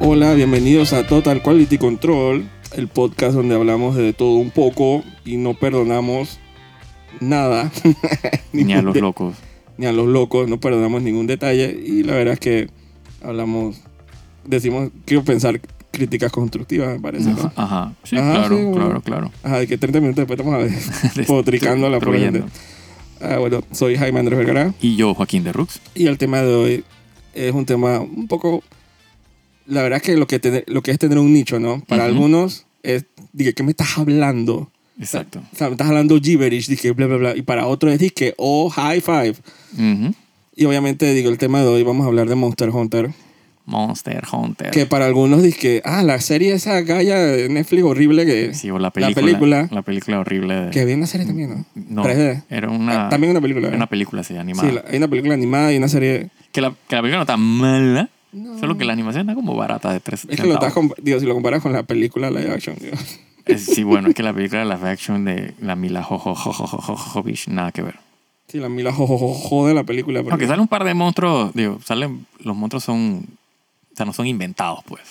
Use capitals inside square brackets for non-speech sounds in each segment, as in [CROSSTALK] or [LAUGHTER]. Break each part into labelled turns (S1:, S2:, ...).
S1: Hola, bienvenidos a Total Quality Control, el podcast donde hablamos de todo un poco y no perdonamos nada. [LAUGHS]
S2: Ni a
S1: Ningún
S2: los
S1: de-
S2: locos.
S1: Ni a los locos, no perdonamos ningún detalle y la verdad es que hablamos, decimos, quiero pensar críticas constructivas, me parece. ¿no?
S2: Ajá. Sí,
S1: Ajá,
S2: claro,
S1: sí, bueno. [LAUGHS]
S2: claro, claro. Este,
S1: Ajá, de que 30 minutos después estamos a
S2: [LAUGHS]
S1: ver. Potricando a la pobre
S2: Destruyendo.
S1: Ah, bueno, soy Jaime Andrés Vergara.
S2: Y yo, Joaquín de Rux.
S1: Y el tema de hoy es un tema un poco. La verdad es que lo que, tener- lo que es tener un nicho, ¿no? Para
S2: Ujú.
S1: algunos es. Dije, ¿qué me estás hablando?
S2: Exacto.
S1: O sea, me estás hablando gibberish, dije, bla, bla, bla. Y para otros es dije, oh, high five.
S2: Ujú.
S1: Y obviamente, digo, el tema de hoy vamos a hablar de Monster Hunter.
S2: Monster Hunter.
S1: Que para algunos dije, ah, la serie esa galla de Netflix horrible que,
S2: Sí, o la película.
S1: película.
S2: la película horrible. de-
S1: que había una serie también, ¿no?
S2: No,
S1: 3D.
S2: era una,
S1: Ah, también una película.
S2: era
S1: ¿eh?
S2: una película sí, animada.
S1: Sí, la- hay una película animada y una serie.
S2: que, la, que la película no está mala,
S1: No.
S2: solo que la animación está como barata de tres
S1: Es que lo estás
S2: centavos.
S1: comp- digo, si lo comparas con la película live action, digo.
S2: Eh, Sí, bueno, es que la película de la action de la Mila Jojojojojojovic, nada que ver.
S1: Sí, la Mila jojojojo de la película. pero-
S2: Aunque salen un par de monstruos, digo, salen, los monstruos son, o sea, no son inventados, pues.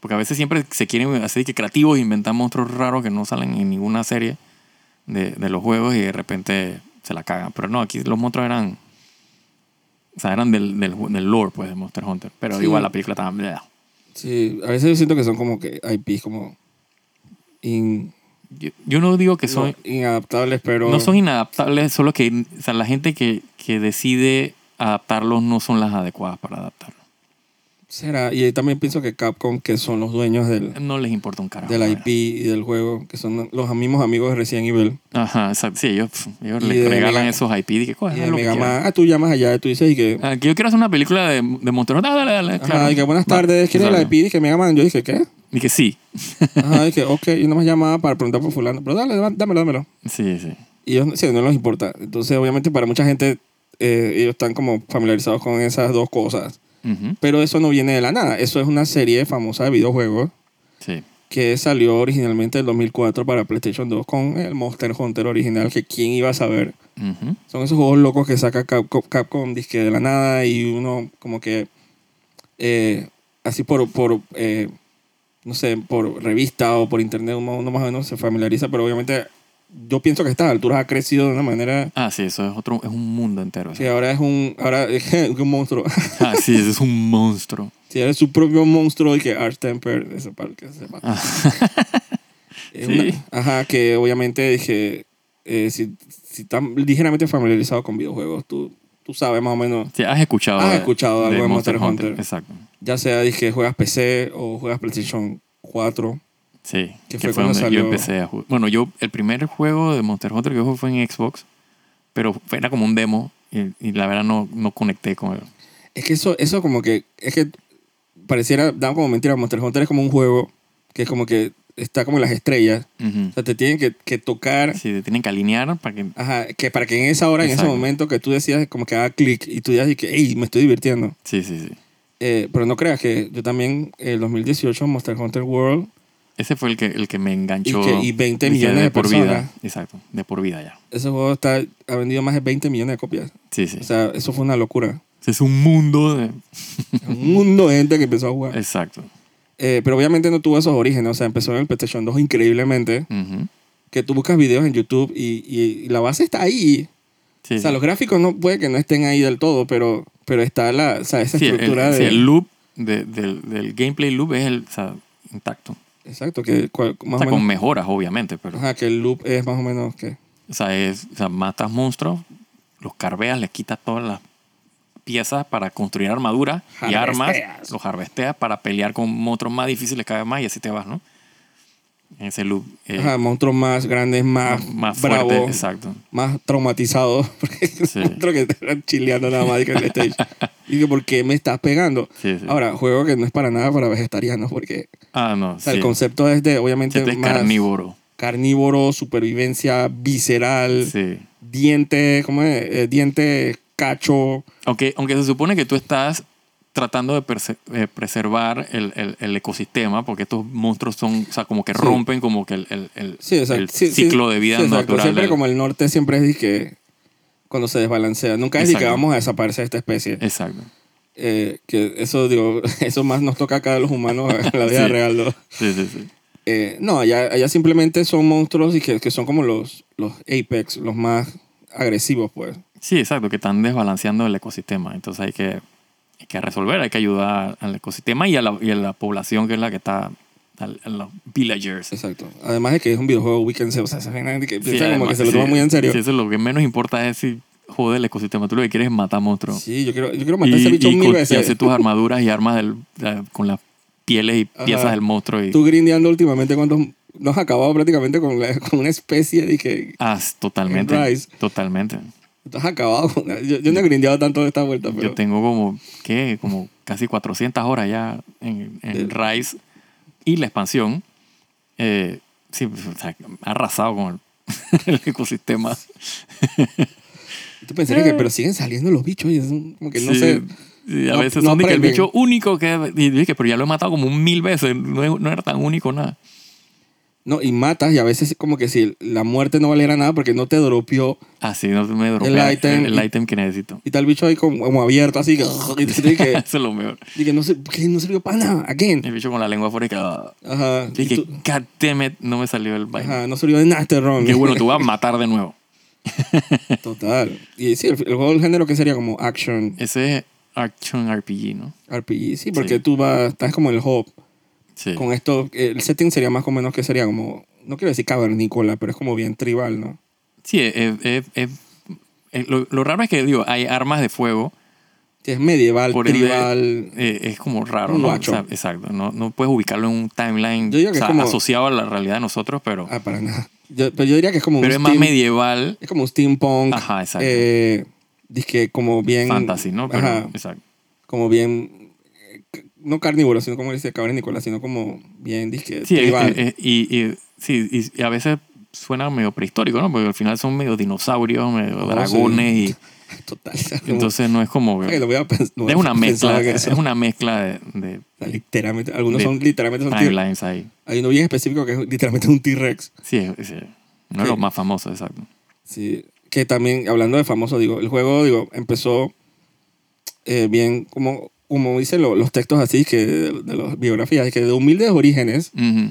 S2: Porque a veces siempre se quieren hacer que creativos e inventan monstruos raros que no salen en ninguna serie de, de los juegos y de repente se la cagan. Pero no, aquí los monstruos eran, o sea, eran del, del, ju- del lore, pues, de Monster Hunter. Pero
S1: Sí.
S2: igual la película estaba... bleh.
S1: Sí, a veces yo siento que son como que IPs como in-
S2: Yo, yo no digo que son...
S1: no, inadaptables, pero...
S2: No son inadaptables, solo que o sea, la gente que, que decide adaptarlos no son las adecuadas para adaptarlos.
S1: Será, y también pienso que Capcom, que son los dueños del,
S2: No les importa un carajo. pues.
S1: del
S2: la
S1: IP
S2: verdad.
S1: y del juego, que son los mismos amigos de Resident Evil.
S2: Ajá, exacto. Sí, ellos, pf, ellos
S1: Y
S2: le
S1: de
S2: regalan
S1: Mega-
S2: esos IP. Y que, "Coge,
S1: Y
S2: haz
S1: de
S2: lo que
S1: Mega
S2: quieras".
S1: Man, ah, tú llamas allá y tú dices y que...
S2: Ah, que yo quiero hacer una película de, de Monster Hunter. Dale, dale, dale.
S1: ajá,
S2: claro.
S1: y que buenas
S2: Va,
S1: tardes, ¿quién es la
S2: dale.
S1: IP? Dije Mega Man, yo dije,
S2: [LAUGHS]
S1: ¿qué?
S2: Y que sí.
S1: Ajá, dije, ok, y nomás llamaba para preguntar por fulano, pero dale, dá- dámelo, dámelo.
S2: Sí, sí.
S1: Y ellos sí, no les importa. Entonces, obviamente, para mucha gente, eh, ellos están como familiarizados con esas dos cosas.
S2: Ujú,
S1: Pero eso no viene de la nada. Eso es una serie famosa de videojuegos
S2: Sí.
S1: que salió originalmente en 2004 para PlayStation 2 con el Monster Hunter original, que quién iba a saber.
S2: Ujú.
S1: Son esos juegos locos que saca Capcom, Capcom disque de la nada y uno como que eh, así por, por eh, no sé, por revista o por internet uno, uno más o menos se familiariza, pero obviamente yo pienso que a estas alturas ha crecido de una manera
S2: Ah, sí, eso es otro, es un mundo entero.
S1: que ahora es un, ahora [LAUGHS] es un monstruo.
S2: Ah, sí, eso es un monstruo.
S1: Si eres su propio monstruo y que Art Temper, ese par que se
S2: Ah,
S1: mata. Es
S2: Sí.
S1: una- ajá, que obviamente dije, eh, si, si estás ligeramente familiarizado con videojuegos, tú, tú sabes más o menos,
S2: [LAUGHS] Sí, has escuchado.
S1: Has
S2: de-
S1: escuchado algo de Monster Hunter.
S2: Exacto.
S1: ya sea dije juegas PC o juegas PlayStation 4.
S2: Sí,
S1: Que
S2: que,
S1: fue
S2: fue,
S1: cuando
S2: donde
S1: salió-
S2: yo empecé a jugar. Bueno, yo, el primer juego de Monster Hunter que yo jugué fue en Xbox, pero fue- era como un demo y, y la verdad no, no conecté con él.
S1: Es que eso, eso como que, es que pareciera, da como mentira, Monster Hunter es como un juego que es como que está como en las estrellas. O sea, te tienen que, que tocar,
S2: Sí, te tienen que alinear para que...
S1: ajá, que para que en esa hora, en
S2: Exacto.
S1: ese momento que tú decías como que haga clic y tú digas y que, hey, me estoy divirtiendo.
S2: Sí, sí, sí.
S1: Eh, pero no creas que yo también, el 2018, Monster Hunter World,
S2: Ese fue el que, el que me enganchó.
S1: Y que- y 20
S2: Dije,
S1: millones de
S2: por
S1: personas.
S2: vida. Exacto, de por vida ya.
S1: ese juego está, ha vendido más de 20 millones de copias.
S2: Sí, sí.
S1: O sea, eso fue una
S2: [LAUGHS]
S1: locura.
S2: es un mundo de...
S1: Un mundo de gente que empezó a jugar.
S2: Exacto.
S1: Eh, pero obviamente no tuvo esos orígenes. O sea, empezó en el PlayStation 2 increíblemente.
S2: Ujú. que
S1: Que tú buscas videos en YouTube y, y- y la base está ahí.
S2: Sí,
S1: O sea,
S2: sí.
S1: los gráficos no puede que no estén ahí del todo, pero, pero está la, o sea, esa
S2: Sí, el-
S1: estructura
S2: el,
S1: de...
S2: sí, el loop de- del, del gameplay loop es el, o sea, intacto.
S1: Exacto, que cual-
S2: O
S1: más o
S2: sea, con
S1: menos...
S2: mejoras, obviamente, pero...
S1: Ajá, que el loop es más o menos que...
S2: O sea, es, o sea, matas monstruos, los carveas, les quitas todas las piezas para construir armaduras y armas,
S1: Harvesteas.
S2: los harvesteas para pelear con monstruos más difíciles cada vez más y así te vas, ¿no? En ese loop eh,
S1: Ajá, monstruos más grandes, más,
S2: más, más fuerte,
S1: bravos,
S2: exacto.
S1: más traumatizados. [LAUGHS] Porque es
S2: Sí.
S1: un monstruo que te están chileando nada más de que en el
S2: [LAUGHS]
S1: stage. Y que, ¿por qué me estás pegando?
S2: Sí, sí.
S1: Ahora, juego que no es para nada para vegetarianos, porque
S2: ah, no,
S1: o sea, el
S2: sí.
S1: concepto es de, obviamente,
S2: Este es
S1: más
S2: carnívoro.
S1: carnívoro, supervivencia visceral,
S2: Sí.
S1: diente, ¿cómo es? Eh, diente, cacho.
S2: Aunque, aunque se supone que tú estás tratando de perse- eh, preservar el, el- el ecosistema, porque estos monstruos son, o sea, como que
S1: Sí.
S2: rompen como que el, el- el-
S1: Sí, exacto.
S2: el
S1: Sí, sí.
S2: ciclo de vida
S1: Sí, exacto.
S2: natural.
S1: Siempre
S2: del-
S1: como el norte siempre es de que cuando se desbalancea. Nunca es de que
S2: Exacto.
S1: vamos a desaparecer esta especie.
S2: Exacto.
S1: eh, que eso, digo, [LAUGHS] eso más nos toca acá a los humanos en la vida
S2: Sí.
S1: real. ¿no?
S2: Sí, sí, sí.
S1: Eh, no, allá, allá simplemente son monstruos y que, que son como los, los apex, los más agresivos, pues.
S2: Sí, exacto, que están desbalanceando el ecosistema. Entonces hay que, hay que resolver, hay que ayudar al ecosistema y a la, y a la población que es la que está, al- a los villagers.
S1: Exacto. Además de que es un videojuego weekend, o sea, esa gente que
S2: Sí,
S1: piensa como
S2: además,
S1: que se lo toma
S2: sí,
S1: muy en serio.
S2: sí,
S1: Sí,
S2: eso es lo que menos importa es si jode el ecosistema. Tú lo que quieres es matar monstruos.
S1: yo, quiero, yo quiero
S2: y,
S1: matar a ese bicho
S2: y
S1: mil
S2: co- y
S1: veces.
S2: hacer tus armaduras y armas del- la- con las pieles y
S1: Ajá.
S2: piezas del monstruo. Y,
S1: [LAUGHS] Tú grindeando últimamente cuando nos ha acabado prácticamente con, la- con una especie de que
S2: Ah, totalmente.
S1: Rise.
S2: Totalmente.
S1: estás acabado. [LAUGHS] con- Yo, yo no he grindeado tanto de esta vuelta, pero
S2: Yo tengo como, ¿qué? Como casi 400 horas ya en, en Rise y la expansión. Eh, sí, pues, o sea, ha arrasado con el, [LAUGHS] el ecosistema.
S1: tú pensarías que, pero siguen saliendo los bichos y es un- como que no
S2: Sí,
S1: sé.
S2: sí, a
S1: no-
S2: veces
S1: no
S2: son de que el
S1: aprenden.
S2: bicho único que... Y dije, pero ya lo he matado como un mil veces. No, es- no era tan único nada.
S1: No, y matas y a veces como que si la muerte no valiera nada porque no te dropeó
S2: Así Ah, no me dropea el
S1: ítem
S2: el,
S1: y-
S2: ítem que necesito.
S1: y tal bicho ahí como, como abierto así
S2: [LAUGHS]
S1: que, y tú tienes que,
S2: Eso es lo mejor.
S1: y que no, sé, que no sirvió para nada. Again.
S2: El bicho con la lengua afuera y que... ah.
S1: Ajá.
S2: Dije,
S1: Y tú-
S2: God damn it, no me salió el baile.
S1: Ajá, no sirvió de nada este ron.
S2: Qué
S1: [LAUGHS]
S2: bueno, tú vas a matar de nuevo.
S1: Total. Y sí, el, el juego del género que sería como action
S2: Ese es Action RPG, ¿no?
S1: RPG. Sí, porque
S2: Sí.
S1: tú vas, estás como en el hub.
S2: Sí.
S1: Con esto, el setting sería más o menos que sería como, no quiero decir cavernícola, pero es como bien tribal, ¿no?
S2: Sí, eh, es- es- es- es- eh, lo, lo raro es que, digo, hay armas de fuego.
S1: Sí, es medieval,
S2: Por ende,
S1: tribal.
S2: eh, es como raro,
S1: Un
S2: ¿no?
S1: guacho.
S2: O sea, exacto. No, no puedes ubicarlo en un timeline
S1: Yo digo que
S2: o sea,
S1: es como-
S2: asociado a la realidad de nosotros, pero,
S1: Ah, para nada. Yo, pero yo diría que es como un
S2: pero es más
S1: steam-
S2: medieval
S1: Es como un steampunk.
S2: Ajá, exacto.
S1: Eh, dizque como bien...
S2: fantasy, ¿no? Pero,
S1: ajá, eh,
S2: exacto.
S1: como bien... eh, No carnívoro, sino como dice cavernícola, sino como bien, dizque
S2: Sí, eh, es-
S1: tribal.
S2: es- es- y, y- sí, y- y a veces suena medio prehistórico, ¿no? Porque al final son medio dinosaurios, medio
S1: Oh,
S2: dragones
S1: sí.
S2: y...
S1: Total. [LAUGHS] o sea, como-
S2: Entonces no es como...
S1: Ay, lo voy a pens- no
S2: es una
S1: pensaba
S2: mezcla,
S1: que
S2: es
S1: eso-
S2: una mezcla de, de
S1: O sea, Literalmente, algunos
S2: de
S1: son literalmente son T-Rex.
S2: timelines ahí.
S1: Hay uno bien específico que es literalmente un T-Rex.
S2: Sí, es- sí. Uno de
S1: Sí.
S2: los más famosos, exacto.
S1: Sí. Que también, hablando de famoso, digo, el juego digo, empezó eh, bien, como, como dicen lo- los textos así, que de, de las biografías, que de humildes orígenes,
S2: Ujú.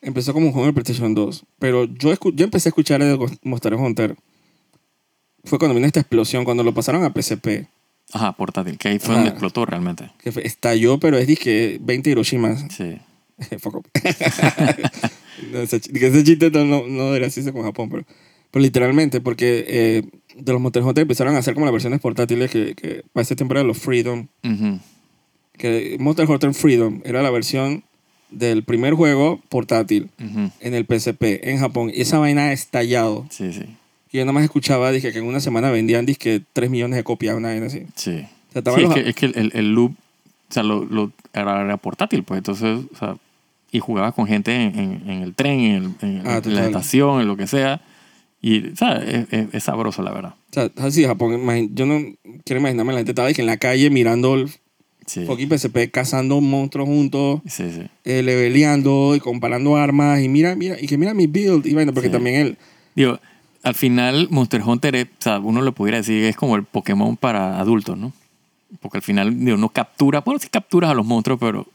S1: empezó como un juego de PlayStation 2. Pero yo, escu- yo empecé a escuchar de Ghost- Monster Hunter. Fue cuando vino esta explosión, cuando lo pasaron a PSP,
S2: Ajá, portátil, que ahí fue donde
S1: Ajá.
S2: explotó realmente.
S1: que fue- estalló, pero es que 20 Hiroshimas.
S2: Sí.
S1: [LAUGHS] Fuck up. [LAUGHS] No, ese, ch- que ese chiste no, no, no debería hacerse con Japón, pero, pero literalmente, porque eh, de los Monster Hunter empezaron a hacer como las versiones portátiles que, que para ese tiempo eran los Freedom.
S2: Ujú.
S1: Que Monster Hunter Freedom era la versión del primer juego portátil
S2: Ujú.
S1: en el PSP en Japón. Y esa vaina ha estallado.
S2: Sí, sí.
S1: Y yo nada más escuchaba, dije que en una semana vendían disque 3 millones de copias, una vaina así.
S2: Sí.
S1: O sea, estaban
S2: Sí, es
S1: los-
S2: que, es que el, el loop, o sea, lo, lo- era, era portátil, pues entonces, o sea, y jugabas con gente en, en- en el tren, en, el- en-
S1: Ah,
S2: en
S1: total.
S2: la estación, en lo que sea. Y, o sea, es, es- es sabroso, la verdad.
S1: O sea, así Japón, imagi- yo no quiero imaginarme la gente estaba dije, en la calle mirando el
S2: Sí.
S1: fucking PSP cazando monstruos juntos.
S2: Sí, sí.
S1: eh, leveleando y comparando armas y mira, mira, y que mira mi build y vaina, porque
S2: Sí.
S1: también él,
S2: Digo, al final Monster Hunter, es- o sea, uno lo pudiera decir, es como el Pokémon para adultos, ¿no? Porque al final, digo, no captura, bueno, sí capturas a los monstruos, pero,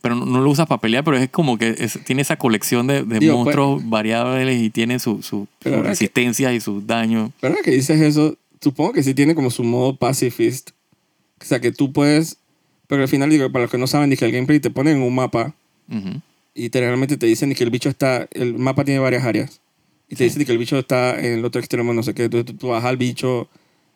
S2: pero no, no lo usas para pelear, pero es como que es- tiene esa colección de, de
S1: Digo, pues-
S2: monstruos variables y tiene su, su, su
S1: Pero ahora que-
S2: resistencia y sus daños.
S1: ¿verdad que dices eso? Supongo que sí tiene como su modo pacifist. O sea, que tú puedes, pero al final, digo, para los que no saben, dije el gameplay te ponen en un mapa [LAUGHS]
S2: Ujú.
S1: y te, realmente te dicen que el bicho está, el mapa tiene varias áreas. Y te dicen que el bicho está en el otro extremo, no sé qué. Entonces tú, tú vas al bicho,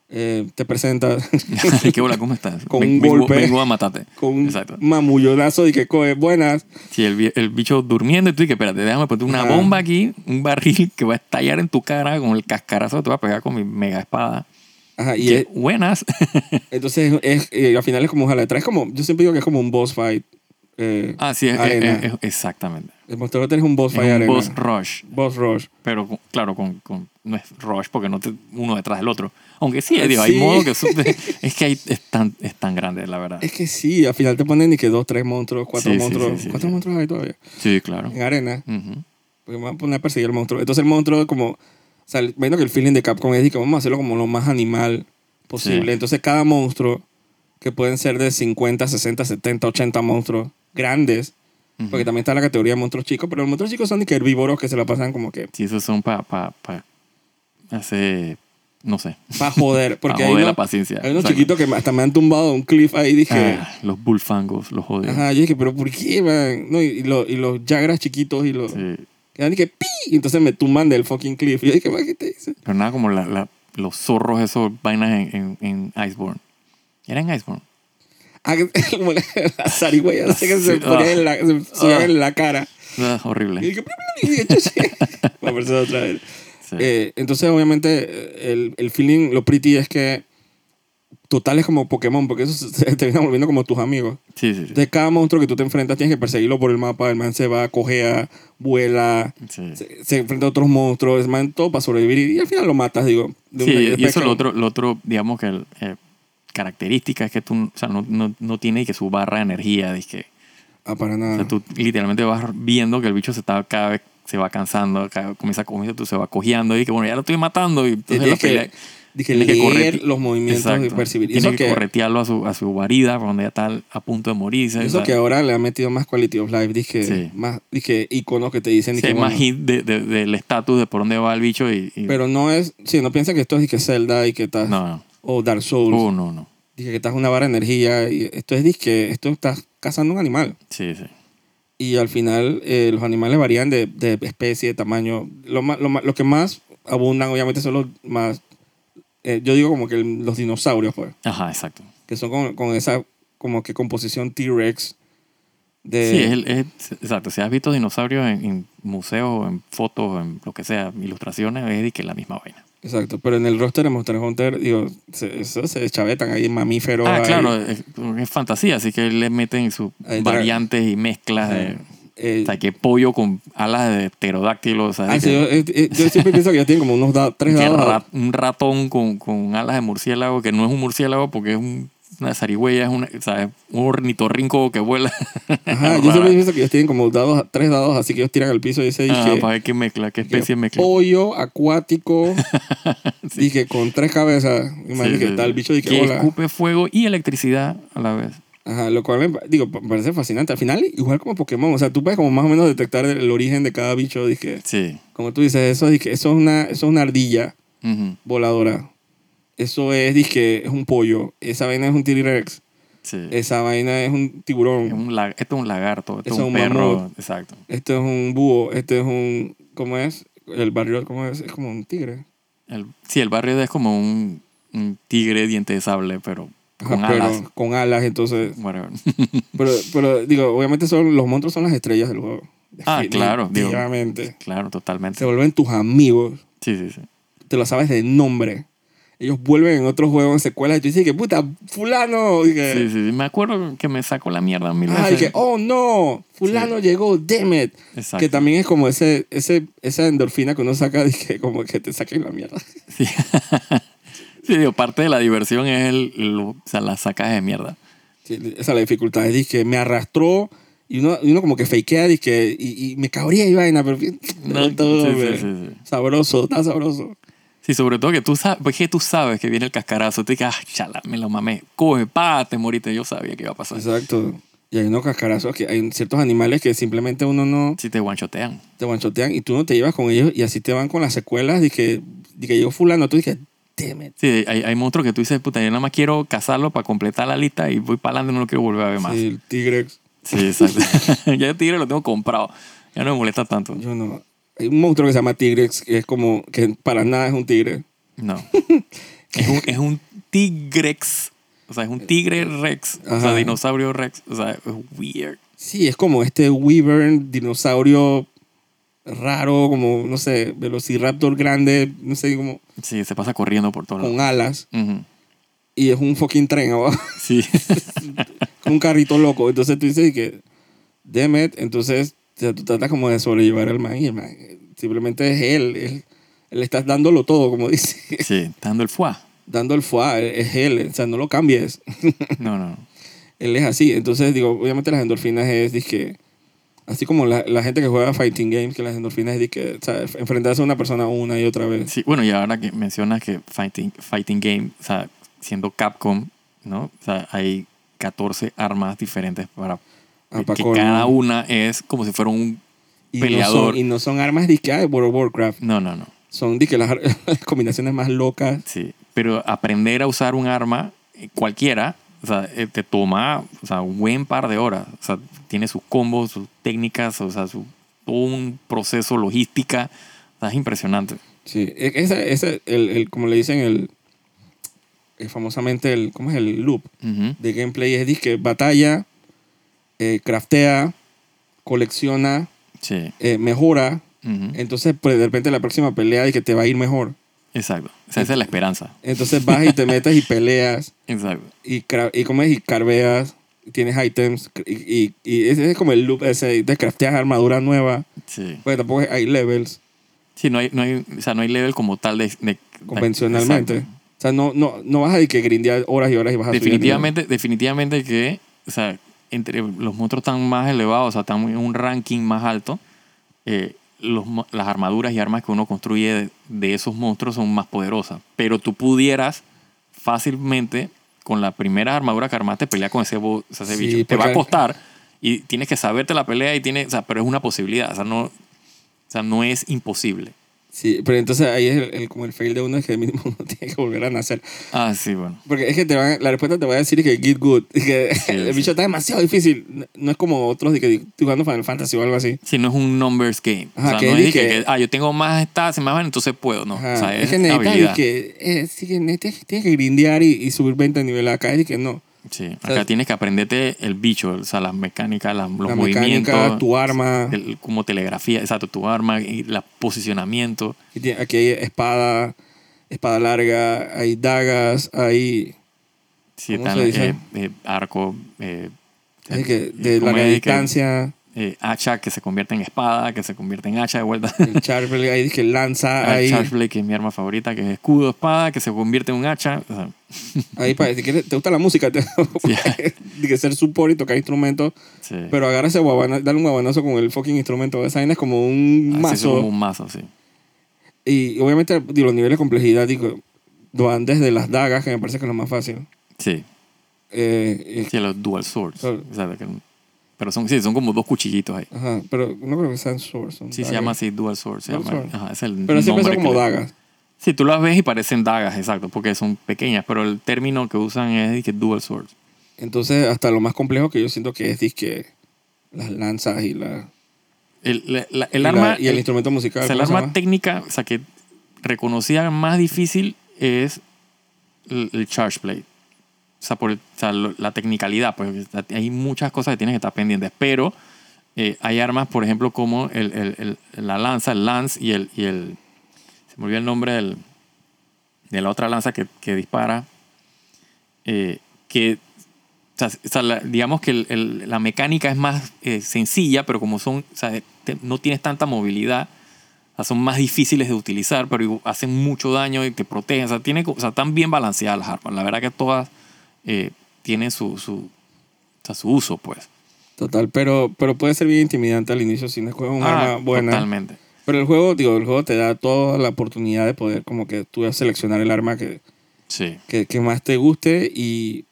S1: eh, te
S2: [LAUGHS]
S1: presentas [LAUGHS]
S2: ¿Qué hola? ¿Cómo estás?
S1: Con
S2: Ven-
S1: un
S2: vengo-
S1: golpe.
S2: Vengo a matarte.
S1: [LAUGHS] con un
S2: Exacto.
S1: mamullonazo y que coge buenas.
S2: Si el, vi- el bicho durmiendo y tú dices, espérate, déjame poner una
S1: Ah.
S2: bomba aquí, un barril [LAUGHS] que va a estallar en tu cara con el cascarazo que te va a pegar con mi mega espada.
S1: Ajá, y
S2: Que,
S1: es-
S2: buenas.
S1: entonces es, eh, al final es como ojalá. Es como, yo siempre digo que es como un boss fight. eh,
S2: [LAUGHS] Ah, sí, es,
S1: arena.
S2: es- es- exactamente.
S1: El Monster Hunter es un boss
S2: Es
S1: fight
S2: un
S1: arena.
S2: boss rush,
S1: Boss rush.
S2: pero con- claro, con, con- no es rush porque no te, uno detrás del otro. Aunque sí, digo,
S1: Sí.
S2: hay modo
S1: [LAUGHS]
S2: que... son- [LAUGHS] es que hay, es, tan, es tan grande, la verdad.
S1: Es que sí, al final te ponen ni que dos, tres monstruos, cuatro
S2: Sí, sí,
S1: monstruos.
S2: sí, sí,
S1: ¿Cuántos
S2: sí.
S1: monstruos hay todavía?
S2: Sí, claro.
S1: En arena.
S2: Ujú.
S1: Porque me van a poner a perseguir al monstruo. Entonces el monstruo como... O sea, viendo que el feeling de Capcom es de que vamos a hacerlo como lo más animal posible.
S2: Sí.
S1: Entonces cada monstruo que pueden ser de 50, 60, 70, 80 monstruos grandes.
S2: Ujú.
S1: Porque también está la categoría de monstruos chicos, pero los monstruos chicos son de que herbívoros que se la pasan como que
S2: Sí, esos son para pa, pa hacer, no sé,
S1: para
S2: [LAUGHS]
S1: joder.
S2: para
S1: Porque hay,
S2: joder
S1: unos-
S2: la paciencia.
S1: hay unos
S2: Exacto.
S1: chiquitos que me- hasta me han tumbado de un cliff ahí. Dije,
S2: Ah, los bullfangos, los odio.
S1: ajá, yo dije, pero ¿por qué, man? No, y, y los- y los jagras chiquitos y los...
S2: Sí.
S1: que dan y que pi, y entonces me tumban del fucking cliff. Y yo dije, "Man, ¿qué te dice?
S2: Pero nada como la- la- los zorros, esos vainas en, en, en Iceborne. ¿Era en Iceborne?
S1: Ah, que- [LAUGHS] como la, la zarigüeya, no sé qué, se
S2: Sí,
S1: ponía
S2: ah.
S1: en la, se subían en la cara.
S2: Ah, horrible.
S1: Y dije, "Plu, plu", y dije, "Chuchi".
S2: [LAUGHS]
S1: Va a aparecer otra vez.
S2: Sí.
S1: Eh, entonces, obviamente, eh, el, el feeling, lo pretty es que total es como Pokémon, porque eso se, [LAUGHS] se termina volviendo como tus amigos.
S2: sí, sí, sí.
S1: Entonces, cada monstruo que tú te enfrentas tienes que perseguirlo por el mapa. El man se va, cojea, vuela,
S2: Sí.
S1: se, se enfrenta a otros monstruos. El man todo para sobrevivir y, y al final lo matas, digo. de
S2: Sí,
S1: una-
S2: y
S1: después
S2: eso
S1: que-
S2: lo otro, lo otro, digamos que el, eh, característica es que tú o sea, no, no, no tiene que su barra de energía, dizque.
S1: Ah, para
S2: O
S1: nada.
S2: sea, tú literalmente vas viendo que el bicho se está cada vez se va cansando, cada- comienza como dices tú se va cojeando y que bueno, ya lo estoy matando y entonces la
S1: tienes que,
S2: pelea-
S1: dije,
S2: tienes que
S1: leer
S2: correr-
S1: los movimientos y
S2: Exacto.
S1: percibir. Y
S2: Tienes
S1: eso
S2: que,
S1: que,
S2: corretearlo a su, a su guarida cuando ya está a punto de morirse.
S1: eso
S2: o sea,
S1: que ahora le ha metido más quality of life. Dije,
S2: Sí.
S1: más, dije iconos que te dicen.
S2: sí,
S1: Dije,
S2: hay
S1: bueno,
S2: más hit de- de- del estatus de por dónde va el bicho y, y-
S1: pero no es, sí, no piensa que esto es dije, Zelda y que estás,
S2: no, no.
S1: o Dark Souls.
S2: Uh, no, no.
S1: Dije que estás una vara de energía. Y esto es dije, esto estás cazando un animal.
S2: Sí, sí.
S1: Y al final eh, los animales varían de, de especie, de tamaño. Lo, ma- lo, ma- lo que más abundan obviamente son los más, eh, yo digo como que el- los dinosaurios, pues.
S2: Ajá, exacto.
S1: que son con, con esa como que composición T-Rex de
S2: Sí, es,
S1: Eh,
S2: el- es- exacto. Si has visto dinosaurios en, en museos, en fotos, en lo que sea, ilustraciones, es de que la misma vaina.
S1: exacto pero en el roster de Monster Hunter digo se, eso se chavetan ahí mamíferos
S2: ah,
S1: ahí,
S2: claro, es, es fantasía, así que le meten sus
S1: Ahí está.
S2: variantes y mezclas de.
S1: eh,
S2: O sea, que pollo con alas de pterodáctilo, o sea,
S1: ah,
S2: de
S1: sí,
S2: que-
S1: yo, eh, eh, yo siempre pienso que ya tienen como unos da- tres
S2: que
S1: dados
S2: ra- un ratón con, con alas de murciélago, que no es un murciélago porque es un- una zarigüeya, es una, o sea, es un ornitorrinco que vuela. [LAUGHS]
S1: ajá yo
S2: Rara.
S1: siempre pienso que ellos tienen como dados tres dados así que ellos tiran al piso y se
S2: Ah,
S1: dije
S2: para ver qué mezcla, qué
S1: que
S2: especie
S1: oh,
S2: mezcla.
S1: pollo
S2: [LAUGHS]
S1: acuático dije con tres cabezas imagínate
S2: Sí,
S1: que
S2: sí,
S1: está el
S2: sí.
S1: bicho y que
S2: que
S1: hola
S2: escupe fuego y electricidad a la vez.
S1: Ajá, lo cual me pa- digo, pa- parece fascinante. Al final, igual como Pokémon, o sea, tú puedes como más o menos detectar el, el origen de cada bicho. Dije,
S2: Sí.
S1: como tú dices, eso, dije, eso, es, una, eso es una ardilla
S2: Ujú.
S1: voladora. Eso es, dije, es un pollo. Esa vaina es un T-Rex.
S2: Sí.
S1: Esa vaina es un
S2: Es
S1: tiburón.
S2: un la- esto es un lagarto, esto es
S1: Eso
S2: un,
S1: es un
S2: perro.
S1: mamut.
S2: Exacto.
S1: Esto es un búho. Esto es un. ¿Cómo es? El barrio, ¿cómo es? Es como un tigre.
S2: El, sí, el barrio es como un, un tigre diente de sable, pero
S1: Ajá,
S2: con
S1: pero
S2: alas.
S1: con alas, entonces.
S2: Whatever. [LAUGHS]
S1: Pero, pero digo, obviamente son, los monstruos son las estrellas del juego.
S2: Ah, claro, digo.
S1: Definitivamente.
S2: claro,
S1: Se
S2: totalmente.
S1: vuelven tus amigos.
S2: Sí, sí, sí.
S1: te lo sabes de nombre. Ellos vuelven en otros juegos, en secuelas, y tú dices que puta, fulano. Y que,
S2: Sí, sí, sí. Me acuerdo que me sacó la mierda mil
S1: "Ay,
S2: veces.
S1: que, oh no, fulano llegó, damn it.
S2: Exacto.
S1: Que también es como ese, ese, esa endorfina que uno saca, [LAUGHS] de que como que te saquen la mierda.
S2: Sí. [LAUGHS] Sí, digo, parte de la diversión es el, lo- o sea, las sacas de mierda.
S1: Sí, esa es la dificultad. Es que me arrastró y uno, y uno como que fakea dizque, y, y me cabría y vaina, pero
S2: No,
S1: [LAUGHS] todo,
S2: sí, sí,
S1: hombre.
S2: sí, sí.
S1: sabroso, está sabroso.
S2: Sí, sobre todo que tú sabes, pues que tú sabes que viene el cascarazo. Te dices, ah, chala, me lo mamé. Coge, pa, te moriste. Yo sabía que iba a pasar.
S1: Exacto. Y hay unos cascarazos que hay ciertos animales que simplemente uno no.
S2: Si te guanchotean.
S1: te guanchotean y tú no te llevas con ellos y así te van con las secuelas de que, de que llegó fulano, tú dices, damn it.
S2: Sí, hay, hay monstruos que tú dices, puta, yo nada más quiero cazarlo para completar la lista y voy para adelante, no lo quiero volver a ver más.
S1: Sí,
S2: Sí,
S1: el tigre,
S2: exacto. [LAUGHS] ya el tigre lo tengo comprado. Ya no me molesta tanto.
S1: yo no. Hay un monstruo que se llama Tigrex, que es como, que para nada es un tigre. [LAUGHS]
S2: No. es, un, es un tigrex. O sea, es un tigre rex. O sea,
S1: Ajá.
S2: dinosaurio rex. O sea, es weird.
S1: Sí, es como este Wyvern, dinosaurio raro, como, no sé, velociraptor grande, no sé, como
S2: Sí, se pasa corriendo por todos lados.
S1: con alas.
S2: Ujú.
S1: Y es un fucking tren abajo,
S2: Sí.
S1: [LAUGHS]
S2: [LAUGHS]
S1: un carrito loco. Entonces tú dices que, damn it, entonces o sea, tú tratas como de sobrellevar al man y el man simplemente es él, él, él estás dándolo todo, como [LAUGHS] dice.
S2: sí, está dando el foie.
S1: dando el foie, él- es él, o sea, no lo cambies,
S2: No, no.
S1: él es así. Entonces, digo, obviamente las endorfinas es, dizque, así como la, la gente que juega fighting games, que las endorfinas es, dizque, o sea, enfrentarse a una persona una y otra vez.
S2: Sí, bueno, y ahora que mencionas que Fighting, fighting Game, o sea, siendo Capcom, ¿no? O sea, hay 14 armas diferentes para...
S1: Ah, pa'
S2: que
S1: colmo.
S2: cada una es como si fuera un...
S1: Y No
S2: peleador.
S1: son, y no son armas de que, ah, de World of Warcraft.
S2: No, no, no.
S1: Son de que las, ar- [LAUGHS] las combinaciones más locas.
S2: Sí, pero aprender a usar un arma eh, cualquiera, o sea, eh, te toma, o sea, un buen par de horas. O sea, tiene sus combos, sus técnicas, o sea, su, todo un proceso logística. O sea, es impresionante.
S1: Sí. E- Esa, esa, el, el- como le dicen, el, eh, famosamente, el, ¿cómo es el loop?
S2: Ujú.
S1: de gameplay es disque batalla, eh, craftea, colecciona,
S2: Sí.
S1: eh, mejora.
S2: Ujú.
S1: Entonces, pues de repente la próxima pelea de que te va a ir mejor.
S2: Exacto. O sea, esa es la esperanza.
S1: Entonces vas y te metes y peleas
S2: Exacto.
S1: y, cra- y comes y carveas, y tienes items cr- y, y, y ese es como el loop ese, te crafteas armadura nueva,
S2: Sí.
S1: pues tampoco hay levels
S2: Sí, no hay, no hay, o sea, no hay level como tal de... de-
S1: convencionalmente.
S2: Exacto.
S1: O sea, no, no, no vas a de que grindear horas y horas y vas a subir de nivel.
S2: Definitivamente, definitivamente que, o sea, entre los monstruos tan más elevados, o sea, están en un ranking más alto, eh, los mo- las armaduras y armas que uno construye de, de esos monstruos son más poderosas. Pero tú pudieras fácilmente, con la primera armadura que armaste, pelear con ese, bo- o sea, ese
S1: Sí,
S2: bicho. Te va a
S1: porque-
S2: costar y tienes que saberte la pelea y tiene, o sea, pero es una posibilidad, o sea, no, o sea, no es imposible.
S1: Sí, pero entonces ahí es el, el- como el fail de uno es que [LAUGHS] mismo uno tiene que volver a nacer.
S2: Ah, sí, bueno.
S1: Porque es que te van, la respuesta te va a decir que get good. y que
S2: Sí,
S1: [LAUGHS] el
S2: sí.
S1: bicho está demasiado difícil. No- No es como otros de que estoy jugando Final Fantasy o algo así.
S2: Si no es un numbers game.
S1: Ajá,
S2: o
S1: que
S2: sea, no es de que,
S1: dije-
S2: que, ah, yo tengo más stats y más van, entonces puedo, no.
S1: Ajá.
S2: O sea,
S1: es,
S2: es,
S1: que necesitas y
S2: habilidad.
S1: que, eh, sí que ne- tienes, tienes que grindear y, y subir 20 niveles acá. Y que no.
S2: Sí,
S1: sea,
S2: acá tienes que aprenderte el bicho, o sea, las mecánicas, las- los
S1: la
S2: movimientos.
S1: mecánica, tu arma.
S2: el- como telegrafía, exacto, tu arma, y la posicionamiento.
S1: y tiene- aquí hay espada, espada larga, hay dagas, hay.
S2: Sí,
S1: ¿Cómo
S2: tal,
S1: se dice?
S2: eh, eh, arco, eh,
S1: es que de
S2: ¿cómo
S1: larga
S2: es que-
S1: distancia,
S2: eh, hacha que se convierte en espada, que se convierte en hacha de vuelta. [LAUGHS]
S1: el sharpel, hay que lanza,
S2: Ah, El
S1: hay.
S2: Chargeblade, que es mi arma favorita, que es escudo, espada, que se convierte en un hacha. O sea,
S1: Ahí para, si quieres, te gusta la música,
S2: [LAUGHS]
S1: te, de que ser support y tocar instrumentos.
S2: sí.
S1: Pero agarra ese guabana, dale un guabanazo con el fucking instrumento. Esa vaina es como un
S2: Así Ah, es
S1: mazo.
S2: como un mazo, sí.
S1: Y obviamente digo, los niveles de complejidad, digo, van desde las dagas, que me parece que es lo más fácil.
S2: Sí.
S1: Eh, y-
S2: Sí, los dual swords.
S1: Claro.
S2: O sea, de que- pero son, sí, son como dos cuchillitos ahí.
S1: ajá, pero no creo que sean swords. son
S2: Sí, se
S1: dagas.
S2: llama así dual swords. se
S1: Dual
S2: llama.
S1: sword.
S2: Ajá, es el
S1: Pero siempre
S2: nombre
S1: son
S2: que
S1: como
S2: le-
S1: dagas.
S2: Sí, tú las ves y parecen dagas, exacto, porque son pequeñas, pero el término que usan es de que dual swords.
S1: Entonces, hasta lo más complejo que yo siento que es disque las lanzas y la.
S2: El, la- la- el
S1: y la-
S2: arma,
S1: y el,
S2: el-
S1: instrumento
S2: o
S1: musical.
S2: sea, el
S1: ¿cómo se
S2: arma
S1: llama?
S2: técnica, o sea, que reconocida más difícil es el, el charge blade. O sea, por el- o sea, lo- la tecnicalidad, pues hay muchas cosas que tienes que estar pendientes, pero eh, hay armas, por ejemplo, como el, el- el- la lanza, el lance y el, y el... Se me olvidó el nombre del, de la otra lanza que, que dispara, eh, que... o sea, o sea, la- digamos que el- el- la mecánica es más eh, sencilla, pero como son, o sea, te- no tienes tanta movilidad, o sea, son más difíciles de utilizar, pero igu- hacen mucho daño y te protegen. O sea, tiene, co- o sea, están bien balanceadas las armas. La verdad que todas eh, tienen su, su, o sea, su uso, pues.
S1: Total, pero, pero puede ser bien intimidante al inicio si no juegas un
S2: Ah,
S1: arma buena.
S2: Totalmente.
S1: Pero el juego, digo, el juego te da toda la oportunidad de poder, como que tú seleccionar el arma que,
S2: Sí.
S1: que, que más te guste y,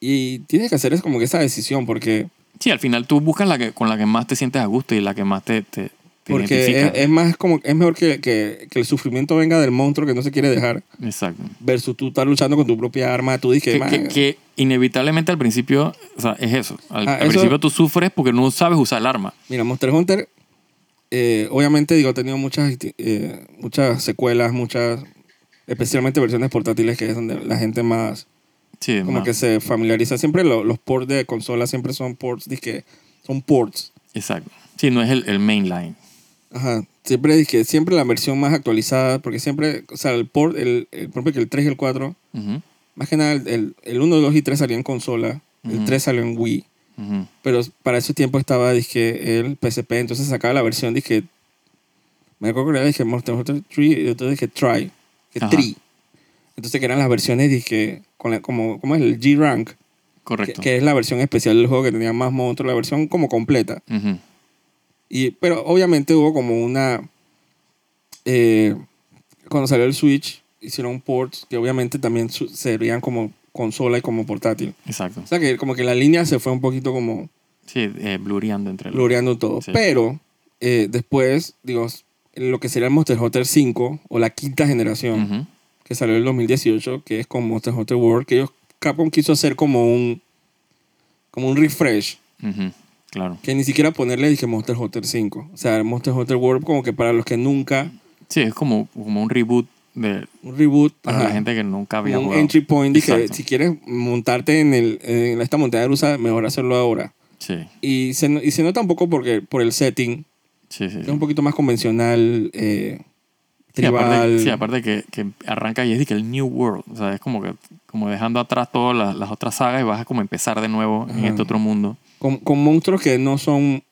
S1: y tienes que hacer es como que esa decisión porque,
S2: Sí, al final tú buscas la que, con la que más te sientes a gusto y la que más te, te, te
S1: porque es,
S2: identifica.
S1: es más como es mejor que, que, que el sufrimiento venga del monstruo que no se quiere dejar
S2: Exacto.
S1: versus tú estar luchando con tu propia arma tú dices
S2: Que,
S1: "Man,
S2: que- que inevitablemente al principio, o sea, es eso. Al,
S1: Ah,
S2: al
S1: eso-
S2: principio tú sufres porque no sabes usar el arma.
S1: mira Monster Hunter eh, obviamente digo ha tenido muchas eh, muchas secuelas muchas especialmente versiones portátiles que es donde la gente más
S2: Sí,
S1: como
S2: ma-
S1: que se familiariza siempre lo- los ports de consola siempre son ports que son ports
S2: exacto. Sí, no es el, el mainline.
S1: Ajá. Siempre dije, siempre la versión más actualizada, porque siempre, o sea, el port, el, el, por ejemplo, que el 3 y el 4,
S2: Ujú,
S1: más que nada, el, el, 1, 2 y 3 salió en consola, el
S2: Ujú.
S1: 3 salió en Wii,
S2: ujú.
S1: pero para ese tiempo estaba, dije, el PSP, entonces sacaba la versión, dije, me acuerdo que era, dije, Monster Hunter 3, y entonces dije, Try, que
S2: Ajá.
S1: Tri. Entonces que eran las versiones, dije, con la- como, ¿cómo es? El G-Rank, que,
S2: Correcto.
S1: que es la versión especial del juego que tenía más monstruos, la versión como completa.
S2: Ujú.
S1: Y, pero obviamente hubo como una... eh, cuando salió el Switch, hicieron ports que obviamente también su- servían como consola y como portátil.
S2: Exacto.
S1: O sea que como que la línea se fue un poquito como
S2: Sí, eh, blureando entre los.
S1: gloriando todo.
S2: Sí.
S1: Pero eh, después, digo, lo que sería el Monster Hunter 5 o la quinta generación
S2: Ujú.
S1: que salió en el 2018, que es con Monster Hunter World, que ellos, Capcom quiso hacer como un, como un refresh,
S2: Ujú. Claro.
S1: que ni siquiera ponerle dije Monster Hunter 5. O sea, Monster Hunter World como que para los que nunca,
S2: Sí, es como, como un reboot de
S1: un reboot,
S2: para
S1: ajá,
S2: la gente que nunca había
S1: un
S2: jugado.
S1: entry point, dije,
S2: Exacto.
S1: si quieres montarte en, el, en esta montaña rusa, mejor hacerlo ahora.
S2: Sí,
S1: Y se, y se nota un poco porque, por el setting,
S2: sí, sí.
S1: que es un poquito más convencional, eh,
S2: Sí, aparte,
S1: tribal.
S2: sí, aparte que, que arranca y es de que el New World, o sea, es como que como dejando atrás todas las, las otras sagas y vas a como empezar de nuevo en
S1: Ajá.
S2: este otro mundo.
S1: con, con monstruos que no son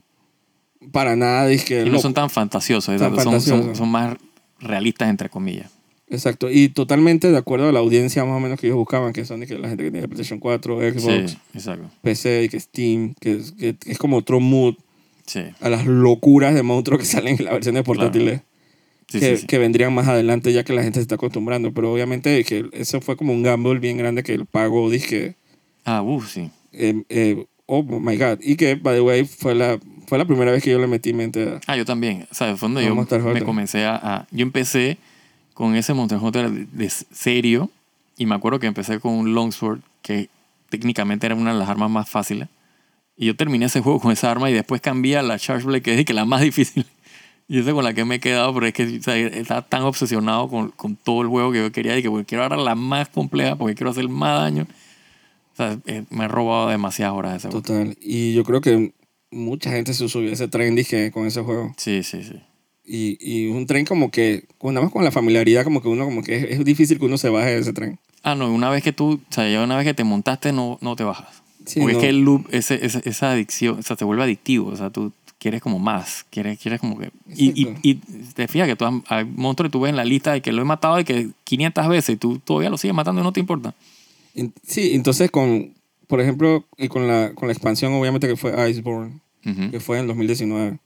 S1: para nada dizque,
S2: Y no
S1: locos.
S2: son tan fantasiosos,
S1: Tan
S2: exacto, son, son-
S1: fantasiosos.
S2: son más realistas, entre comillas.
S1: Exacto. Y totalmente de acuerdo a la audiencia más o menos que ellos buscaban, que son dizque, la gente que tiene PlayStation 4, Xbox,
S2: Sí, exacto.
S1: PC, y que Steam, que es, que es como otro mood
S2: Sí,
S1: a las locuras de monstruos que [LAUGHS] salen en las versiones portátiles,
S2: sí,
S1: que,
S2: sí, sí.
S1: que vendrían más adelante ya que la gente se está acostumbrando. Pero obviamente que eso fue como un gamble bien grande que el pago, dije,
S2: Ah, uh, sí.
S1: eh, eh, oh my god. Y que, by the way, fue la, fue la primera vez que yo le metí mente a...
S2: Ah, yo también. O sea, de fondo yo
S1: Vamos a estar
S2: me
S1: juntos.
S2: comencé a, a- Yo empecé con ese Monster Hunter de, de serio. Y me acuerdo que empecé con un Longsword, que técnicamente era una de las armas más fáciles. Y yo terminé ese juego con esa arma y después cambié a la Charge Blade, que es de que la más [LAUGHS] difícil. Y esa con la que me he quedado, pero es que o sea, estaba tan obsesionado con, con todo el juego que yo quería. Y que bueno, quiero ahora la más compleja porque quiero hacer más daño. O sea, eh, me he robado demasiadas horas de ese juego.
S1: Total. Y yo creo que mucha gente se subió a ese tren, dije, con ese juego.
S2: Sí, sí, sí.
S1: Y, y un tren como que, con- nada más con la familiaridad, como que uno, como que es, es difícil que uno se baje de ese tren.
S2: Ah, no, una vez que tú, o sea, ya una vez que te montaste, no, no te bajas.
S1: Sí,
S2: Porque
S1: no.
S2: es que el loop, ese, ese- esa adicción, o sea, te vuelve adictivo, o sea, tú quieres como más, quieres, quieres como que... Y, y,
S1: Exacto.
S2: y te fijas que tú, has- hay monstruos que tú ves en la lista de que lo he matado de que 500 veces y tú todavía lo sigues matando y no te importa.
S1: En- Sí, entonces con, por ejemplo, y con la, con la expansión obviamente que fue Iceborne,
S2: Ujú.
S1: que fue en 2019,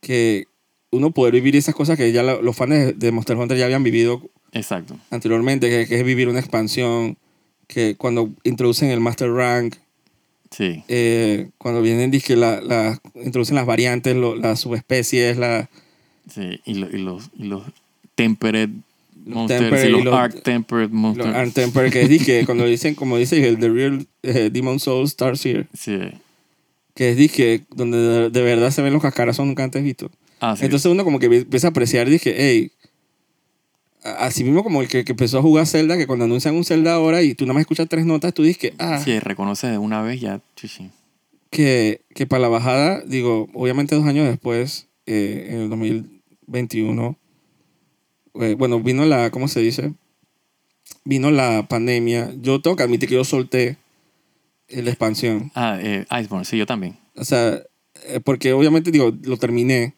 S1: que uno poder vivir esas cosas que ya la- los fans de, de Monster Hunter ya habían vivido
S2: Exacto.
S1: anteriormente, que, que es vivir una expansión, que cuando introducen el Master Rank,
S2: Sí.
S1: eh, cuando vienen, dizque, la, la- introducen las variantes, lo- las subespecies, la,
S2: Sí. Y, lo- y los, y los tempered
S1: Los
S2: monsters
S1: tempered
S2: y
S1: y
S2: los,
S1: los-
S2: arc tempered
S1: lo
S2: monsters.
S1: untempered, que es, dizque, cuando dicen, como dice el The Real eh, Demon Soul Stars Here,
S2: Sí.
S1: que es, dije, donde de, de verdad se ven los cascarazos nunca antes vistos.
S2: Ah, sí.
S1: Entonces uno como que empieza a apreciar, dije, hey, así mismo como el que, que empezó a jugar Zelda, que cuando anuncian un Zelda ahora y tú nada más escuchas tres notas, tú dices, ah,
S2: Sí, reconoces de una vez ya. Sí, sí.
S1: que, que para la bajada, digo, obviamente dos años después, eh, en el 2021, eh, bueno, vino la, ¿cómo se dice? Vino la pandemia. Yo tengo que admitir que yo solté eh, la expansión.
S2: Ah, eh, Iceborne, sí, yo también.
S1: O sea, eh, porque obviamente, digo, lo terminé.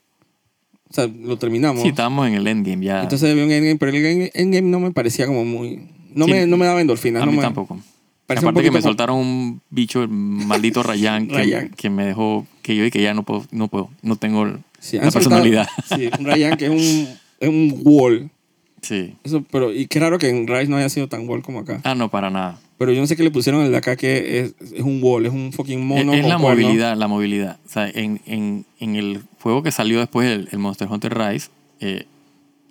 S1: O sea, lo terminamos.
S2: Sí, estábamos en el endgame ya.
S1: Entonces había un endgame, pero el game- endgame no me parecía como muy... No,
S2: Sí.
S1: me, no me daba endorfinas.
S2: a
S1: no
S2: mí
S1: me-
S2: tampoco.
S1: parecía un
S2: Aparte que
S1: poquito
S2: me
S1: como-
S2: soltaron un bicho, el maldito Rayan, que,
S1: Rayán.
S2: que me dejó, que yo y que ya no puedo, no puedo, no tengo el-
S1: Sí, han
S2: la
S1: soltado-
S2: personalidad.
S1: [LAUGHS] Sí, un Ryan que es un, es un wall.
S2: [LAUGHS] Sí.
S1: Eso, pero, y qué raro que en Rise no haya sido tan wall como acá.
S2: Ah, no, para nada.
S1: Pero yo no sé qué le pusieron al de acá que es, es un wall, es un fucking
S2: Es,
S1: mono.
S2: E, es
S1: con
S2: la
S1: cuernos.
S2: movilidad, la movilidad. O sea, en, en, en el juego que salió después, el, el Monster Hunter Rise, eh,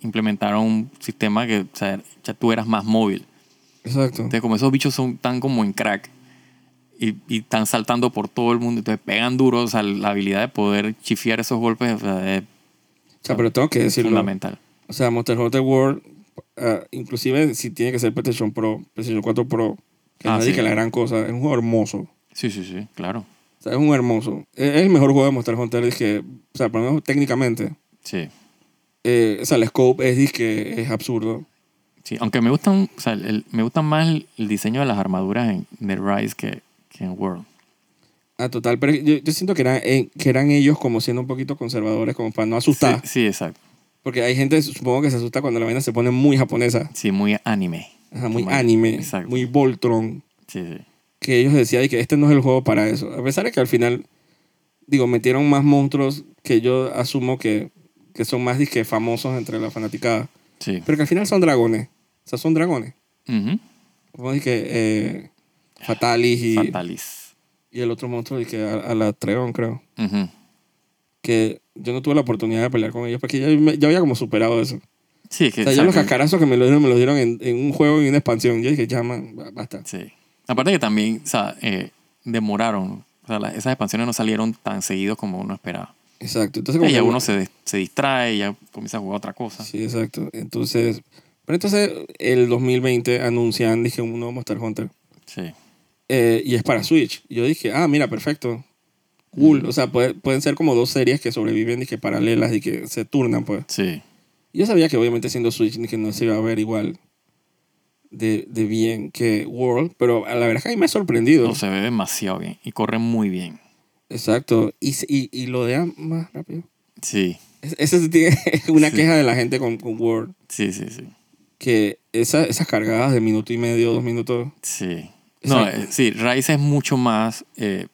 S2: implementaron un sistema que, o sea, ya tú eras más móvil.
S1: Exacto.
S2: Entonces, como esos bichos son tan como en crack y, y están saltando por todo el mundo, entonces pegan duro, o sea, la habilidad de poder chifiar esos golpes o sea, es
S1: O sea, pero tengo que decirlo.
S2: fundamental.
S1: O sea, Monster Hunter World, ah, inclusive si tiene que ser PlayStation Pro, PlayStation 4 Pro, que
S2: Ah,
S1: no es
S2: sí.
S1: que la gran cosa, es un juego hermoso. O
S2: Sí, sí, sí, claro.
S1: sea, es un hermoso. Es es el mejor juego de Monster Hunter, dije, o sea, por lo menos técnicamente.
S2: Sí.
S1: Eh, o sea, el scope es, dizque, es absurdo.
S2: sí. Aunque me gustan, o sea, el- el- me gustan más el, el diseño de las armaduras en The Rise que, que en World.
S1: Ah, total, pero yo, yo siento que eran, eh, que eran ellos como siendo un poquito conservadores, como para no asustar.
S2: Sí, sí, exacto.
S1: Porque hay gente, supongo que se asusta cuando la vaina se pone muy japonesa,
S2: Sí, muy anime.
S1: ajá, muy
S2: Como-
S1: anime,
S2: Exacto.
S1: muy Voltron.
S2: Sí, sí.
S1: Que ellos decían y que este no es el juego para eso. A pesar de que al final, digo, metieron más monstruos que yo asumo que, que son más disque famosos entre la fanaticada.
S2: Sí.
S1: Pero que al final son dragones. O sea, son dragones.
S2: Ujú.
S1: ¿Cómo dije? Eh, Fatalis y,
S2: Fatalis.
S1: y el otro monstruo, dije, a, a la Treón, creo.
S2: Ujú.
S1: Que yo no tuve la oportunidad de pelear con ellos porque ya, me- ya había como superado eso.
S2: Sí, es que.
S1: O sea, ya los
S2: exacto.
S1: cascarazos que me lo dieron, me los dieron en, en un juego y una expansión. Yo dije, ya, man, ba- basta.
S2: Sí. Aparte que también, o sea, eh, demoraron. O sea, la- esas expansiones no salieron tan seguidos como uno esperaba.
S1: Exacto. Entonces, como
S2: Y ya
S1: que-
S2: uno se, des- se distrae, ya comienza a jugar otra cosa.
S1: Sí, exacto. Entonces, pero entonces el 2020 anuncian, dije, un nuevo Monster Hunter.
S2: Sí.
S1: Eh, y es para Switch. Y yo dije, ah, mira, perfecto.
S2: Mm.
S1: Cool. O sea, puede- pueden ser como dos series que sobreviven, dije, paralelas y que se turnan, pues.
S2: Sí.
S1: Yo sabía que obviamente siendo Switch, dije, no se iba a ver igual de, de bien que World, pero a la verdad es que a mí me ha sorprendido.
S2: No, se ve demasiado bien y corre muy bien.
S1: Exacto. Y, se- y, y lo de más rápido.
S2: Sí,
S1: Es- Esa sí tiene- [LAUGHS] es una
S2: Sí.
S1: queja de la gente con, con World,
S2: sí, sí, sí.
S1: que esa- esas cargadas de minuto y medio, dos minutos.
S2: Sí. No,
S1: Exacto.
S2: eh, sí, Rise es mucho más, eh,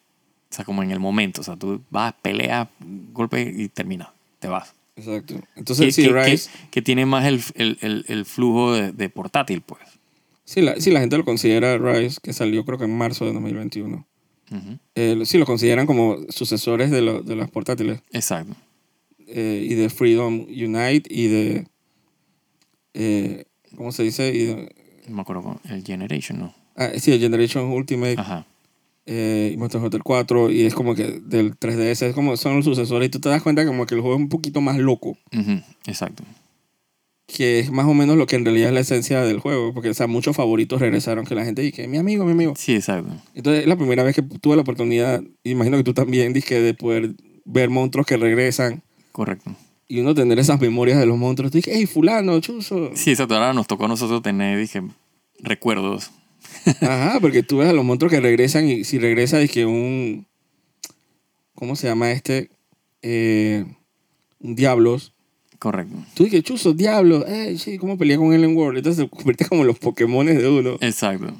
S2: o sea, como en el momento. O sea, tú vas, peleas, golpe y termina, te vas.
S1: Exacto.
S2: Que,
S1: Entonces, sí,
S2: que-
S1: Rise,
S2: que- que tiene más el, el- el- el flujo de, de portátil, pues.
S1: sí la, sí, la gente lo considera Rise, que salió creo que en marzo de 2021.
S2: Ujú.
S1: Eh, lo- sí, lo consideran como sucesores de, lo- de las portátiles
S2: Exacto.
S1: eh, y de Freedom Unite y de. eh, ¿Cómo se dice? Y de-
S2: No me acuerdo con el Generation, ¿no?
S1: ah, sí, de Generation Ultimate
S2: Ajá.
S1: eh, y Monster Hunter 4 y es como que del 3DS, es como son los sucesores y tú te das cuenta como que el juego es un poquito más loco.
S2: Ujú, Exacto.
S1: que es más o menos lo que en realidad es la esencia del juego, porque o sea, muchos favoritos regresaron que la gente dije, mi amigo, mi amigo.
S2: Sí, exacto.
S1: Entonces, es la primera vez que tuve la oportunidad, imagino que tú también, dije, de poder ver monstruos que regresan
S2: Correcto.
S1: y uno tener esas memorias de los monstruos. Dije, hey, fulano, chuzo.
S2: Sí, exacto. Ahora nos tocó a nosotros tener, dije, recuerdos.
S1: Ajá, porque tú ves a los monstruos que regresan y si regresa, dije, un... ¿Cómo se llama este? Eh, un diablos.
S2: Correcto.
S1: Tú dije, chuzo, diablos. Eh, sí, ¿cómo peleé con él en World? Entonces se convierte como en los Pokémones de uno.
S2: Eh. Exacto.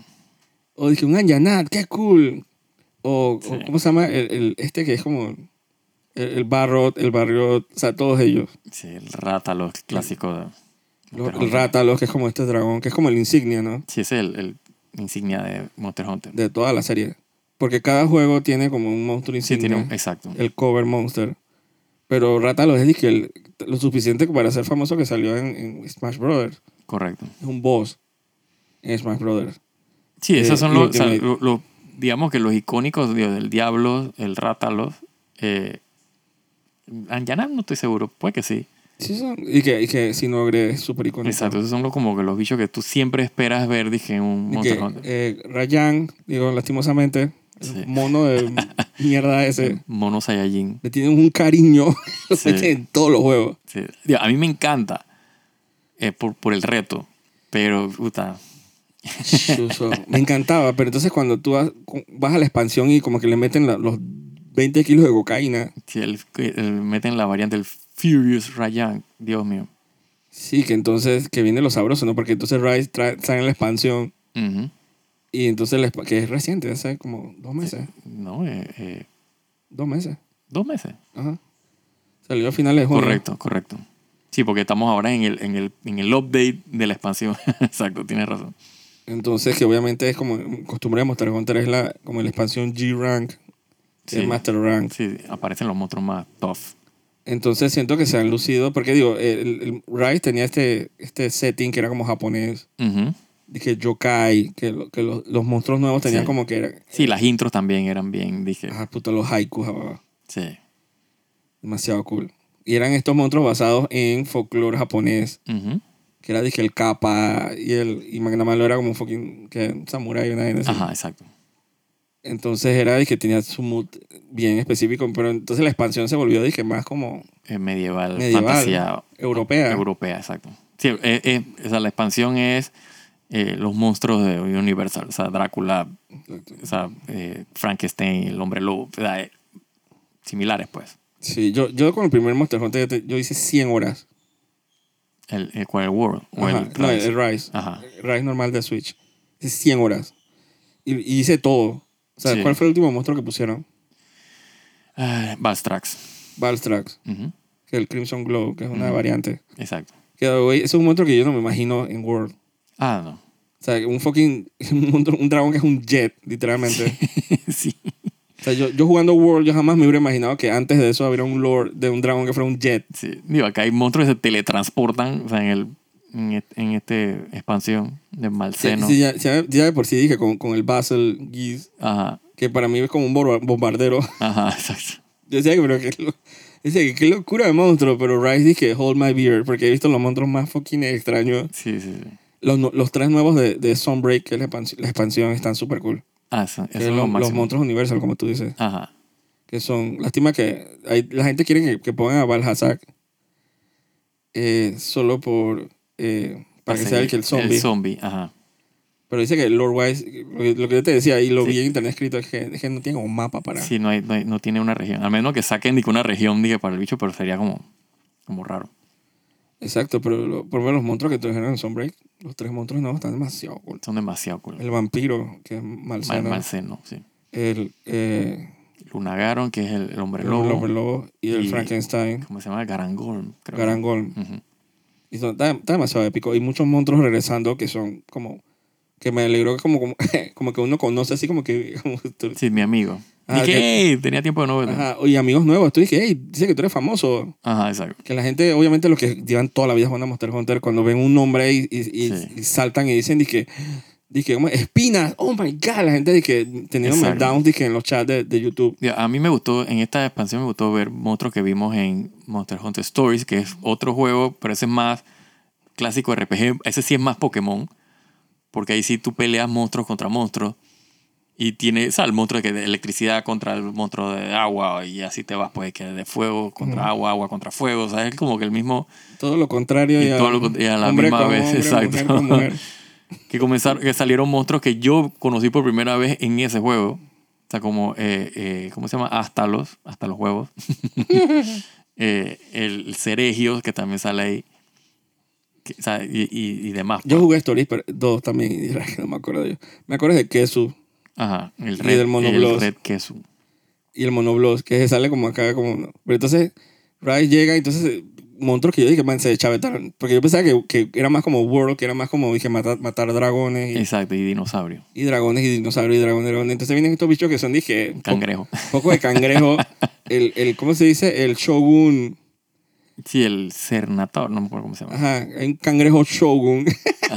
S1: O dije, un Anjanat, qué cool. O,
S2: Sí.
S1: o ¿cómo se llama? El, el- este que es como el, el Barrot, el Barriot, o sea, todos ellos.
S2: Sí, el rata, los clásicos. de
S1: Los-
S2: Monster
S1: el
S2: Hunter.
S1: Rátalos, que es como este dragón, que es como el insignia, ¿no?
S2: Sí, ese es el, el insignia de Monster Hunter.
S1: De toda la serie. Porque cada juego tiene como un monstruo
S2: sí,
S1: insignia.
S2: tiene un, exacto.
S1: El cover monster. Pero Rátalos es dizque, el- lo suficiente para ser famoso que salió en, en Smash Brothers.
S2: correcto.
S1: Es un boss en Smash Brothers.
S2: Sí,
S1: Eh,
S2: esos son
S1: lo
S2: los, o sea,
S1: que me-
S2: lo- lo- digamos que los icónicos digo, del Diablo, el Rátalos. Eh, Anjanar no estoy seguro, puede que sí.
S1: Sí, son- y que, y que Sinogre es súper icónico.
S2: Exacto, esos son los, como que los bichos que tú siempre esperas ver, dije, en un
S1: Y que,
S2: Monster Hunter.
S1: eh, Rayan, digo, lastimosamente,
S2: Sí.
S1: el mono
S2: [LAUGHS]
S1: de mierda ese,
S2: Mono Saiyajin.
S1: le tienen un cariño [LAUGHS] lo
S2: Sí.
S1: meten en todos los juegos.
S2: Sí. Digo, A mí me encanta eh, por, por el reto, pero puta,
S1: Chuzo. Me encantaba, pero entonces cuando tú vas, vas a la expansión y como que le meten la- los 20 kilos de cocaína,
S2: si el- el- meten la variante del Furious Rayan, Dios mío.
S1: sí, que entonces, que viene lo sabroso, ¿no? Porque entonces Rise trae, traen la expansión
S2: Ujú.
S1: y entonces, la expa- que es reciente, hace como dos meses,
S2: No, eh, eh,
S1: dos meses,
S2: dos meses.
S1: ajá. Salió a finales de junio.
S2: Correcto, correcto. Sí, porque estamos ahora en el, en el, en el update de la expansión. [LAUGHS] Exacto, tienes razón.
S1: Entonces, que obviamente es como costumbre de Monster Hunter, es la, como la expansión G-Rank, que
S2: Sí.
S1: es Master Rank.
S2: Sí, aparecen los monstruos más tough.
S1: Entonces, siento que se han lucido, porque digo, el, el Rise tenía este, este setting que era como japonés,
S2: Ujú.
S1: de que yokai, que, lo- que lo- los monstruos nuevos tenían
S2: Sí.
S1: como que eran,
S2: Sí, las intros también eran bien, dije.
S1: ah, puto, los haikus, ah,
S2: Sí.
S1: demasiado cool. Y eran estos monstruos basados en folclore japonés,
S2: Ujú.
S1: que era, dije, el kappa y el, y Magna Malo era como un fucking, que un samurái, una vaina así.
S2: Ajá, exacto.
S1: Entonces era de que tenía su mood bien específico, pero entonces la expansión se volvió, dije, más como
S2: Eh, medieval,
S1: Medieval,
S2: fantasía
S1: europea.
S2: Europea, exacto. Sí, eh, eh, o sea, la expansión es eh, los monstruos de Universal. O sea, Drácula, o sea, eh, Frankenstein, el hombre lobo. o sea, eh, similares, pues.
S1: Sí, yo, yo con el primer Monster Hunter yo te- yo hice 100 horas.
S2: El, el, ¿cuál? el World. o
S1: Ajá,
S2: el
S1: no,
S2: Rise.
S1: el Rise.
S2: Ajá.
S1: El Rise normal de Switch. Hice 100 horas. Y, y hice todo. O sea,
S2: Sí.
S1: ¿cuál fue el último monstruo que pusieron?
S2: Ah, Bastrax.
S1: Balstrax,
S2: Ujú,
S1: que es el Crimson Glow, que es una variante.
S2: Exacto.
S1: Que, güey, ese es un monstruo que yo no me imagino en World.
S2: Ah, no. [LAUGHS]
S1: O sea, un fucking. [LAUGHS] Un, un dragón que es un jet, literalmente.
S2: sí.
S1: O sea, yo, yo jugando World, yo jamás me hubiera imaginado que antes de eso habría un lore de un dragón que fuera un jet.
S2: Sí. Digo, acá hay monstruos que se teletransportan, o sea, en el en, et- en este expansión de
S1: Sí,
S2: Malceno.
S1: sí, ya, ya- ya de por sí dije con, con el Basel Geese,
S2: Ajá,
S1: que para mí es como un borba- bombardero. [LAUGHS]
S2: ajá, [LAUGHS] exacto.
S1: Yo decía que, pero qué, lo- decía que qué locura de monstruo, pero Rice dije, hold my beer, porque he visto los monstruos más fucking extraños.
S2: Sí, sí, sí.
S1: Los, nu- los tres nuevos de, de Sunbreak, que es la, expansión, la expansión, están súper cool.
S2: Ah, eso, eso
S1: Que
S2: es
S1: son
S2: lo
S1: los,
S2: máximo.
S1: monstruos Universal, como tú dices.
S2: Ajá.
S1: Que son, lástima que hay- la gente quiere que, que pongan a Balhazak eh, solo por, eh, para que sea el que el zombie.
S2: El zombie, ajá.
S1: pero dice que Lord Wise, lo que- lo que yo te decía y lo
S2: Sí.
S1: vi en internet escrito, es que, es que no tiene un mapa para...
S2: Sí, no, hay, no, hay- no tiene una región. Al menos que saquen ni que una región diga para el bicho, pero sería como, como raro.
S1: Exacto, pero lo- por lo menos los monstruos que trajeron en Sunbreak, los tres monstruos nuevos están demasiado cool.
S2: Son demasiado cool.
S1: El vampiro, que es Malsano.
S2: Malceno, sí.
S1: el, eh,
S2: Lunagaron, que es el, el hombre
S1: el
S2: lobo.
S1: hombre lobo y el
S2: Y-
S1: Frankenstein,
S2: ¿Cómo se llama? Garangol, creo.
S1: Garangol.
S2: Ujú.
S1: Y son, está, está demasiado épico. Y muchos monstruos regresando que son como... Que me alegró que como, [LAUGHS] como, como que uno conoce así como que... Como tú-
S2: Sí, mi amigo.
S1: Ah,
S2: y que,
S1: ok.
S2: "Ey, tenía tiempo de no verte". Ajá.
S1: Ajá, y amigos nuevos. Tú dije, hey, dice que tú eres famoso.
S2: exacto.
S1: Que la gente, obviamente los que llevan toda la vida jugando a Monster Hunter, cuando ven un nombre y, y, y-
S2: Sí.
S1: y saltan y dicen, dije, dije, ¿cómo? espinas, oh my god, la gente dije, teniendo
S2: Exacto.
S1: meltdowns, dije, en los chats de, de YouTube.
S2: Digo, A mí me gustó, en esta expansión me gustó ver monstruos que vimos en Monster Hunter Stories, que es otro juego, pero ese es más clásico RPG. Ese sí es más Pokémon, porque ahí sí tú peleas monstruos contra monstruos. Y tiene, o sea, el monstruo que de electricidad contra el monstruo de agua, y así te vas, pues, que de fuego contra
S1: Ujú.
S2: agua, agua contra fuego, o sea, es como que el mismo,
S1: Todo lo contrario.
S2: Y todo lo cont- y a la misma
S1: con
S2: vez, exacto.
S1: mujer con
S2: [LAUGHS]
S1: mujer.
S2: que comenzaron, que salieron monstruos que yo conocí por primera vez en ese juego. O sea, como, eh, eh, ¿cómo se llama? Hasta los, hasta los huevos. [LAUGHS] Eh, el Ceregios, que también sale ahí. Que, o sea, y, y- y demás.
S1: Yo jugué Stories 2 también [LAUGHS] y la verdad que no me acuerdo de ellos. Me acuerdo de Kesu
S2: Ajá, el
S1: Y
S2: Red,
S1: del Monobloss.
S2: el Red Kesu.
S1: y el Monoblos, que [LAUGHS] se sale como acá, como... uno. Pero entonces, Rice llega y entonces eh, monstruos que yo dije, man, se deschavetaron. Porque yo pensaba que, que era más como World, que era más como, dije, matar, matar dragones y,
S2: Exacto, y dinosaurio.
S1: y dragones y dinosaurios y dragones, dragones. Entonces vienen estos bichos que son, dije, po-
S2: Cangrejo. [LAUGHS]
S1: poco de cangrejo. el, el, ¿Cómo se dice? El Shogun.
S2: Sí, el Cernator, no me acuerdo cómo se llama.
S1: Ajá, hay un cangrejo Shogun.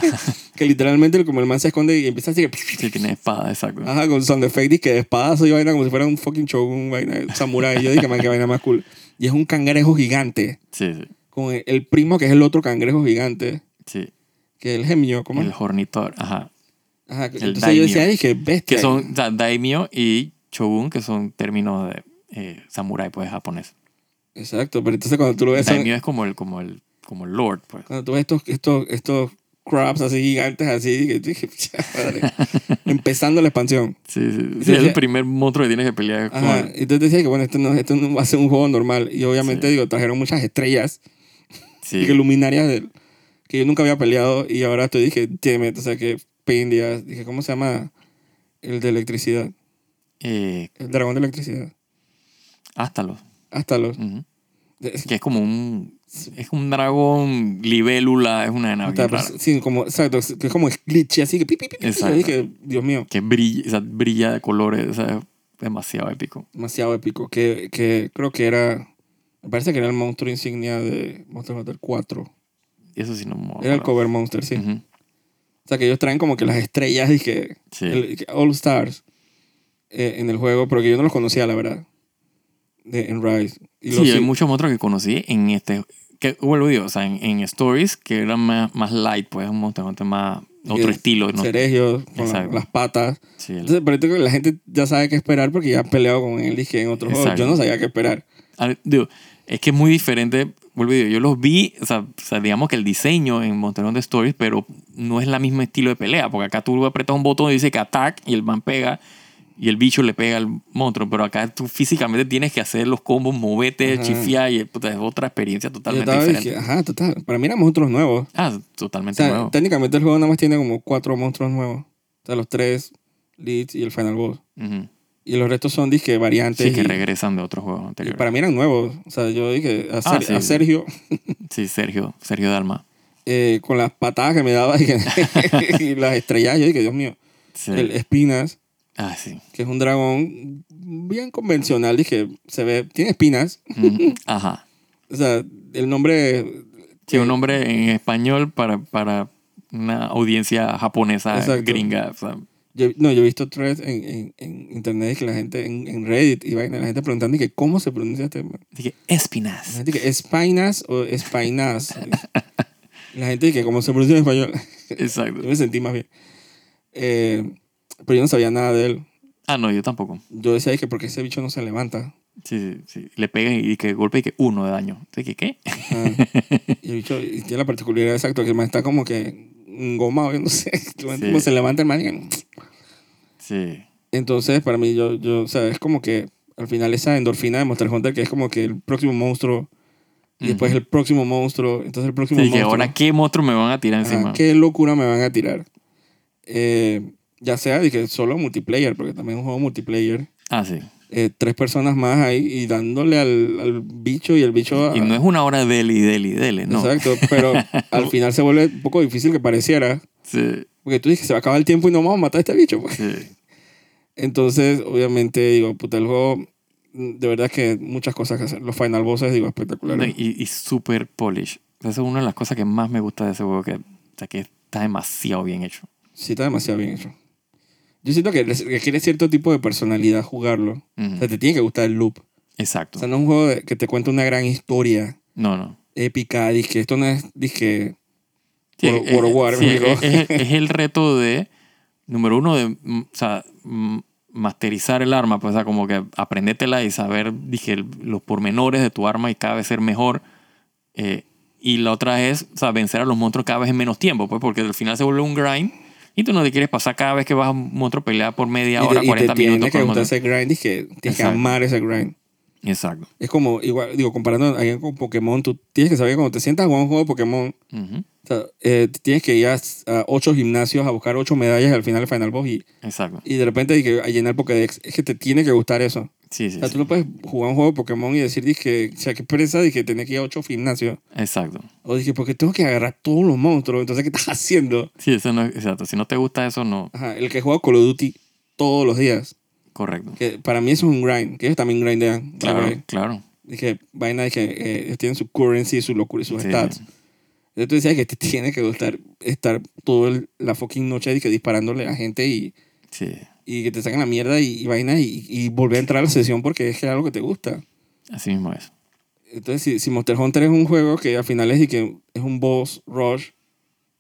S1: [LAUGHS] que literalmente, como el man se esconde y empieza así que... [LAUGHS]
S2: Sí, tiene espada, exacto.
S1: Ajá, con sound effect y que de espadazo y vaina como si fuera un fucking shogun, vaina samurai. Yo dije, man, qué vaina más cool. Y es un cangrejo gigante.
S2: Sí, sí,
S1: Con el, el primo que es el otro cangrejo gigante.
S2: sí.
S1: Que es el gemio, ¿cómo?
S2: El Hornitor, ajá.
S1: Ajá, que-
S2: el
S1: entonces
S2: daimyo.
S1: yo decía, ay, qué bestia.
S2: Que son o sea, Daimyo y Shogun, que son términos de eh, samurái, pues, japonés.
S1: Exacto, pero entonces cuando tú lo ves, Pues son-
S2: Daimyo es como el, como el, como el lord, pues.
S1: cuando tú ves estos, estos, estos crabs así gigantes, así, que dije,
S2: [LAUGHS]
S1: madre. Empezando la expansión.
S2: Sí, sí, sí,
S1: Sí,
S2: es
S1: sí.
S2: el primer monstruo que tienes que pelear con
S1: Ajá,
S2: él.
S1: y entonces decía que bueno, esto no, esto no va a ser un juego normal. Y obviamente,
S2: Sí.
S1: digo, trajeron muchas estrellas.
S2: Sí,
S1: Y que luminarias de- que yo nunca había peleado y ahora estoy dije, tiene, o sea que Pindias, dije, ¿cómo se llama? El de electricidad,
S2: eh,
S1: el dragón de electricidad.
S2: Astalos.
S1: Hasta los
S2: ujú.
S1: de-
S2: Que es como un... Es un dragón libélula, es una nave
S1: hasta- pues, sí, como exacto, que es como glitchy así que pi, pi, pi, pi, y yo
S2: Exacto.
S1: dije, Dios mío,
S2: que brilla, o sea, brilla de colores, o sea, es demasiado épico.
S1: demasiado épico, que, que creo que era me parece que era el monstruo insignia de Monster Hunter 4.
S2: Eso sí no me
S1: Era el
S2: acuerdo.
S1: cover monster, sí.
S2: Ujú.
S1: O sea, que ellos traen como que las estrellas y que,
S2: Sí.
S1: el- que All Stars eh, en el juego, pero que yo no los conocía, la verdad, de, en Rise. Y los
S2: Sí, hay
S1: sí-
S2: muchos monstruos que conocí en este. Que vuelvo y digo, o sea, en, en Stories, que era más, más light, pues, un monstruo bastante más. Otro
S1: Que
S2: estilo, ¿no?
S1: Ceregios, con la-
S2: Exacto.
S1: las patas.
S2: Sí, el-
S1: Entonces, pero yo creo que la gente ya sabe qué esperar porque ya ha peleado con él y que en otros juegos.
S2: Exacto.
S1: Yo no sabía qué esperar.
S2: al- digo, es que es muy diferente. Vuelvo y digo, yo los vi, o sea, o sea, digamos que el diseño en Monster Hunter Stories, pero no es la misma estilo de pelea, porque acá tú apretas un botón y dice que attack y el man pega. Y el bicho le pega al monstruo, pero acá tú físicamente tienes que hacer los combos, moverte,
S1: Ajá.
S2: chifiar, y puta, es otra experiencia
S1: Yo
S2: totalmente
S1: estaba y
S2: diferente.
S1: dije, ajá, total. Para mí éramos otros nuevos.
S2: Ah,
S1: O
S2: totalmente
S1: sea,
S2: nuevo.
S1: técnicamente el juego nada más tiene como cuatro monstruos nuevos. O sea, los tres leads y el final boss.
S2: Ujú.
S1: Y los restos son, dije, variantes.
S2: Sí, que
S1: y-
S2: regresan de otros juegos
S1: y
S2: anteriores.
S1: para mí eran nuevos. O sea, yo dije a,
S2: Ah,
S1: Ser-
S2: sí.
S1: a Sergio
S2: Sí, Sergio, Sergio Dalma.
S1: eh, con las patadas que me daba y, que- [LAUGHS] y las estrellas. Yo dije, Dios mío,
S2: Sí.
S1: el espinas,
S2: Ah, sí.
S1: que es un dragón bien convencional, dije, se ve, tiene espinas.
S2: Mm, Ajá.
S1: O sea, el nombre
S2: Sí, un nombre en español para, para una audiencia japonesa
S1: Exacto.
S2: gringa. o sea,
S1: Yo- no, yo he visto threads en, en, en internet que la gente, en, en Reddit, y vaina, la gente preguntando que cómo se pronuncia este. man?
S2: dije,
S1: La
S2: espinas.
S1: gente que espinas o espainas. la gente que cómo se pronuncia en español. [LAUGHS] yo
S2: Exacto.
S1: me sentí más bien. Eh, pero yo no sabía nada de él.
S2: Ah, no, yo tampoco.
S1: Yo decía que porque ese bicho no se levanta.
S2: Sí, sí, sí. Le pegan y que golpe y que uno de daño. Así que, ¿qué? [LAUGHS]
S1: Ah, y el bicho y tiene la particularidad exacto que el man está como que engomado, yo no sé. [LAUGHS] El man
S2: Sí.
S1: Como se levanta el man. y-
S2: Sí.
S1: Entonces, para mí, yo, yo, o sea, es como que al final esa endorfina de Monster Hunter, que es como que el próximo monstruo, y después
S2: Ujú.
S1: el próximo monstruo, entonces el próximo
S2: Sí, que
S1: monstruo.
S2: ahora qué monstruo me van a tirar
S1: Ajá,
S2: encima.
S1: Ah, ¿Qué locura me van a tirar? Eh, ya sea de que solo multiplayer, porque también es un juego multiplayer.
S2: Ah, sí.
S1: eh, tres personas más ahí y dándole al, al bicho y el bicho. a-
S2: Y no es una hora dele y dele y dele, no.
S1: Ah. Exacto,
S2: [LAUGHS]
S1: pero al final se vuelve un poco difícil que pareciera.
S2: Sí,
S1: Porque tú dices que se va a acabar el tiempo y no vamos a matar a este bicho. pues. [LAUGHS]
S2: sí.
S1: Entonces, obviamente, digo, puta, el juego, mm, de verdad que muchas cosas que hacer. Los final bosses, digo,
S2: No,
S1: espectaculares.
S2: Y, y super polish. Esa es una de las cosas que más me gusta de ese juego, que, o sea, que está demasiado bien hecho.
S1: Sí, está demasiado bien hecho. Yo siento que res- requiere cierto tipo de personalidad jugarlo.
S2: Ujú.
S1: O sea, te tiene que gustar el loop. O
S2: Exacto.
S1: sea, no es un juego de- que te cuenta una gran historia
S2: No, no.
S1: épica. Dice esto no es, disque
S2: Sí,
S1: World-
S2: eh,
S1: World of War,
S2: sí,
S1: digo.
S2: es, es-
S1: [LAUGHS]
S2: es el reto de, número uno, de mm, o sea, mm, masterizar el arma, pues, o sea, como que aprendértela y saber, dije, el- los pormenores de tu arma y cada vez ser mejor. Eh, y la otra es, o sea, vencer a los monstruos cada vez en menos tiempo, pues, porque al final se vuelve un grind y tú no te quieres pasar cada vez que vas a un monstruo pelear por media
S1: y te,
S2: hora,
S1: y te
S2: 40
S1: tiene
S2: minutos.
S1: que
S2: por
S1: gustar
S2: monstruo.
S1: ese grind. Dice tienes que
S2: Exacto.
S1: amar ese grind.
S2: Exacto.
S1: Es como, igual, digo, comparando a alguien con Pokémon, tú tienes que saber que cuando te sientas a jugar un juego de Pokémon,
S2: Ujú.
S1: o sea, eh, tienes que ir a, a ocho gimnasios a buscar ocho medallas y al final el final boss y,
S2: Exacto.
S1: y de repente hay que a llenar Pokédex. Es que te tiene que gustar eso.
S2: Sí,
S1: O
S2: sí,
S1: sea,
S2: sí.
S1: tú no puedes jugar un juego de Pokémon y decir, dije, o sea, qué presa, dije, tenía que ir a ocho gimnasios.
S2: Exacto.
S1: O dije, porque tengo que agarrar todos los monstruos, entonces, ¿qué estás [LAUGHS] haciendo?
S2: Sí, eso no es- exacto. Si no te gusta eso, no.
S1: Ajá, el que juega Call of Duty todos los días.
S2: Correcto.
S1: Que para mí eso es un grind, que ellos también grindean.
S2: Claro, claro.
S1: Dije, vaina, dije, eh, ellos tienen su currency, su locura y sus
S2: Sí.
S1: stats. Entonces tú decías que te [LAUGHS] tiene que gustar estar toda la fucking noche dije, disparándole a gente y,
S2: Sí.
S1: y que te saquen la mierda y, y vaina y, y volver a entrar a la sesión porque es que es algo que te gusta.
S2: Así mismo es.
S1: Entonces, si, si Monster Hunter es un juego que al final es, y que es un boss rush,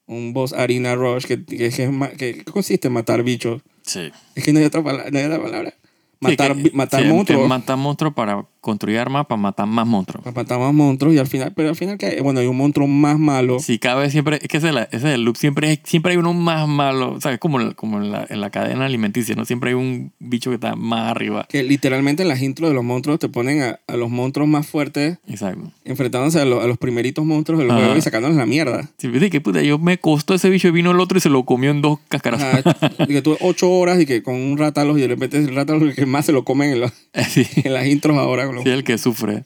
S1: un boss arena rush, que, que, es- que es ma- que- ¿qué consiste en matar bichos.
S2: Sí.
S1: Es que no hay otra, pala- no hay otra palabra. Matar,
S2: Sí,
S1: bi-
S2: que-
S1: matar
S2: sí,
S1: monstruos.
S2: te Matar monstruos para construir armas para matar más monstruos.
S1: matar más monstruos y al final, pero al final, que bueno, hay un monstruo más malo.
S2: Si cabe siempre, es que ese, es la- ese es el loop, siempre, es- siempre hay uno más malo, o sea, es como, en- como en, la, en la cadena alimenticia, ¿no? Siempre hay un bicho que está más arriba.
S1: Que literalmente en las intros de los monstruos te ponen a, a los monstruos más fuertes
S2: Exacto.
S1: enfrentándose a, lo- a los primeritos monstruos del
S2: Ajá.
S1: juego y sacándoles la mierda.
S2: Si que puta, yo me costó ese bicho y vino el otro y se lo comió en dos cascarazos. [LAUGHS]
S1: Ajá, y que tuve ocho horas y que con un rátalos y de repente es el rátalos el que más se lo [LAUGHS] comen en, los-
S2: Sí, sí,
S1: en las intros ahora. con los-
S2: el que sufre.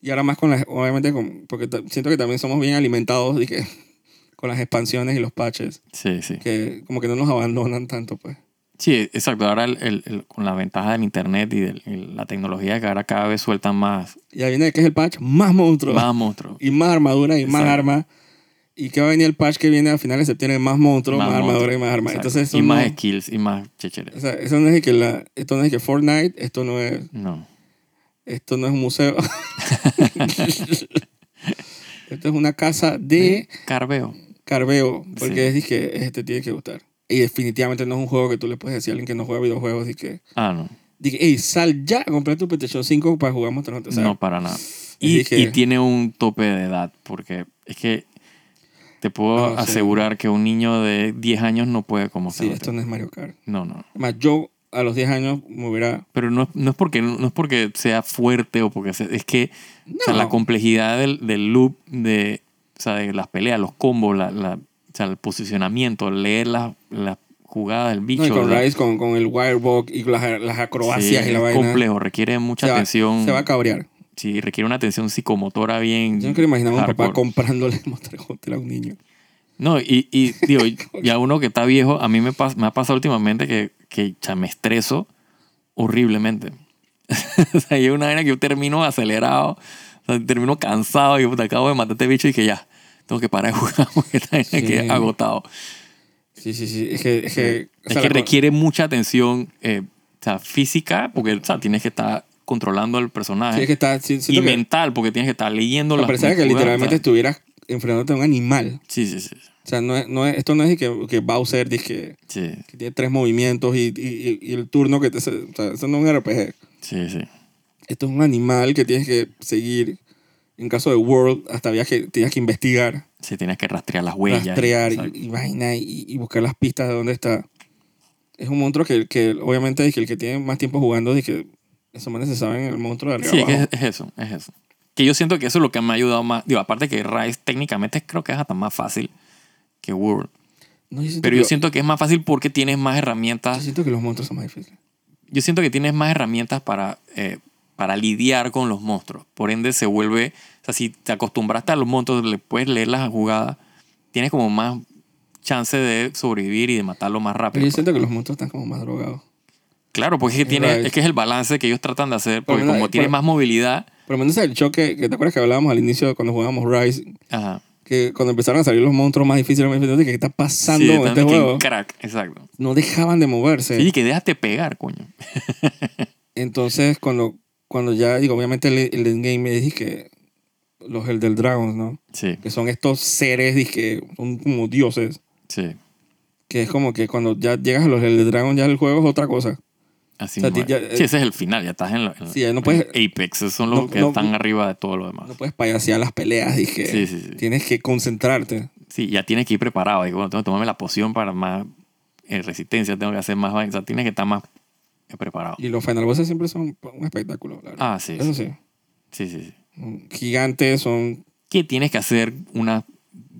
S1: Y ahora más con las, obviamente, con- porque ta- siento que también somos bien alimentados y que [LAUGHS] con las expansiones y los patches,
S2: Sí, sí.
S1: que como que no nos abandonan tanto, pues.
S2: Sí, exacto. Ahora el- el- el- con la ventaja del internet y de la tecnología que ahora cada vez sueltan más,
S1: Y ahí viene que es el patch, más monstruos,
S2: más monstruos.
S1: [LAUGHS] y más armadura, y más
S2: Exacto.
S1: armas. Y que va a venir el patch que viene a finales de septiembre, más monstruos, más, armadura y más armas.
S2: Exacto.
S1: Entonces, eso
S2: y
S1: no-
S2: más skills y más checheres.
S1: O sea, eso no es de que la, esto no es de que Fortnite, esto no es,
S2: No.
S1: esto no es un
S2: [LAUGHS]
S1: museo. [LAUGHS] esto es una casa de
S2: Carveo.
S1: carveo, porque
S2: Sí.
S1: es de que este tiene que gustar. Y definitivamente no es un juego que tú le puedes decir a alguien que no juega videojuegos y que,
S2: Ah, no.
S1: de que, hey, sal ya a comprar tu PlayStation 5 para jugar Monster Hunter. O sea,
S2: no para nada. Y,
S1: dije-
S2: y tiene un tope de edad, porque es que te puedo
S1: Ah, sí.
S2: asegurar que un niño de 10 años no puede como
S1: sí,
S2: Monster
S1: esto
S2: Hunter.
S1: no es Mario Kart.
S2: No, no.
S1: Además, yo a los 10 años me hubiera...
S2: Pero no, no es porque, no es porque sea fuerte o porque sea- es que o sea,
S1: No.
S2: la complejidad del, del loop, de, o sea, de las peleas, los combos, la, la- o sea, el posicionamiento, leer las las jugadas del bicho.
S1: No, y con
S2: o sea,
S1: Rise, con, con el Wirebox y las, las
S2: sí,
S1: acrobacias y la
S2: es
S1: vaina.
S2: complejo, requiere mucha
S1: se va-
S2: atención.
S1: se va a cabrear.
S2: sí, requiere una atención psicomotora bien.
S1: Yo no quiero imaginar a un papá
S2: hardcore.
S1: comprándole [LAUGHS] el Monster Hunter a un niño.
S2: No, y, y
S1: [LAUGHS]
S2: digo, [LAUGHS] ya uno que está viejo, a mí me, pas- me ha pasado últimamente que, que cha, me estreso horriblemente. [LAUGHS] o sea, hay una vaina que yo termino acelerado, o sea, termino cansado y te acabo de matar a este bicho y que ya, tengo que parar de jugar [LAUGHS] porque esta vaina
S1: Sí.
S2: quedé agotado.
S1: Sí, sí, sí. Es que, es que, o
S2: Es
S1: sea,
S2: que
S1: la-
S2: requiere mucha atención eh, o sea, física, porque o sea, tienes que estar controlando al personaje.
S1: Sí, es que está. sí,
S2: y
S1: siento que-
S2: mental, porque tienes que estar leyendo
S1: o sea,
S2: las
S1: pareciera que
S2: locuras,
S1: literalmente
S2: o sea,
S1: estuvieras enfrentándote a un animal.
S2: Sí, sí, sí.
S1: O sea, no es, no es- esto no es que, que Bowser dice que,
S2: Sí,
S1: que tiene tres movimientos y, y- y- y el turno que te. O sea, eso no es un RPG.
S2: sí, sí.
S1: Esto es un animal que tienes que seguir. En caso de World, hasta había que, tenías que investigar,
S2: Sí, tienes que rastrear las huellas.
S1: rastrear,
S2: exacto.
S1: y, y vaina, y, y buscar las pistas de dónde está. Es un monstruo que, que obviamente, dice que el que tiene más tiempo jugando, dice que esos manes se saben el monstruo de arriba
S2: Sí, es,
S1: abajo.
S2: que es- es eso, es eso. Que yo siento que eso es lo que me ha ayudado más. Digo, aparte que Rise técnicamente creo que es hasta más fácil que World.
S1: No, yo siento
S2: Pero
S1: que
S2: yo
S1: lo-
S2: siento que es más fácil porque tienes más
S1: yo
S2: herramientas.
S1: siento que los monstruos son más difíciles.
S2: Yo siento que tienes más herramientas para, eh, para lidiar con los monstruos. Por ende, se vuelve. O sea, si te acostumbraste a los monstruos, le puedes leer las jugadas, tienes como más chance de sobrevivir y de matarlo más rápido.
S1: Pero yo
S2: pues.
S1: siento que los monstruos están como más drogados.
S2: Claro, porque es que, tiene,
S1: Right.
S2: es que es el balance que ellos tratan de hacer,
S1: Por
S2: porque
S1: lo menos-
S2: como tiene
S1: por-
S2: más movilidad,
S1: Por lo menos el choque, que te acuerdas que hablábamos al inicio cuando jugábamos Rise,
S2: ajá,
S1: que cuando empezaron a salir los monstruos más difíciles, más difíciles, que está pasando
S2: sí,
S1: con este
S2: también que
S1: juego,
S2: crack, exacto.
S1: no dejaban de moverse.
S2: Sí, que déjate pegar, coño.
S1: Entonces, cuando, cuando ya, digo, obviamente el, el endgame me dije que los el del Dragons, ¿no?
S2: Sí,
S1: Que son estos seres, dije, son como dioses,
S2: sí.
S1: que es como que cuando ya llegas a los del Dragon ya el juego es otra cosa.
S2: Así
S1: O sea,
S2: mismo
S1: ti- ya,
S2: es.
S1: eh,
S2: sí, ese es el final, ya estás en, la, en
S1: Sí, ya no
S2: en
S1: puedes-
S2: Apex, esos son los
S1: no-
S2: que
S1: no-
S2: están arriba de todo lo demás.
S1: No eh, puedes payasear las peleas, dije.
S2: Sí, sí, sí.
S1: Tienes que concentrarte.
S2: Sí, ya tienes que ir preparado. Y bueno, tengo que tomarme la poción para más eh, resistencia, tengo que hacer más vainas. O sea, tienes que estar más eh, preparado.
S1: Y los final bosses siempre son un espectáculo, la verdad.
S2: Ah, sí,
S1: Eso sí.
S2: sí, sí, sí.
S1: Gigantes son
S2: Que tienes que hacer unas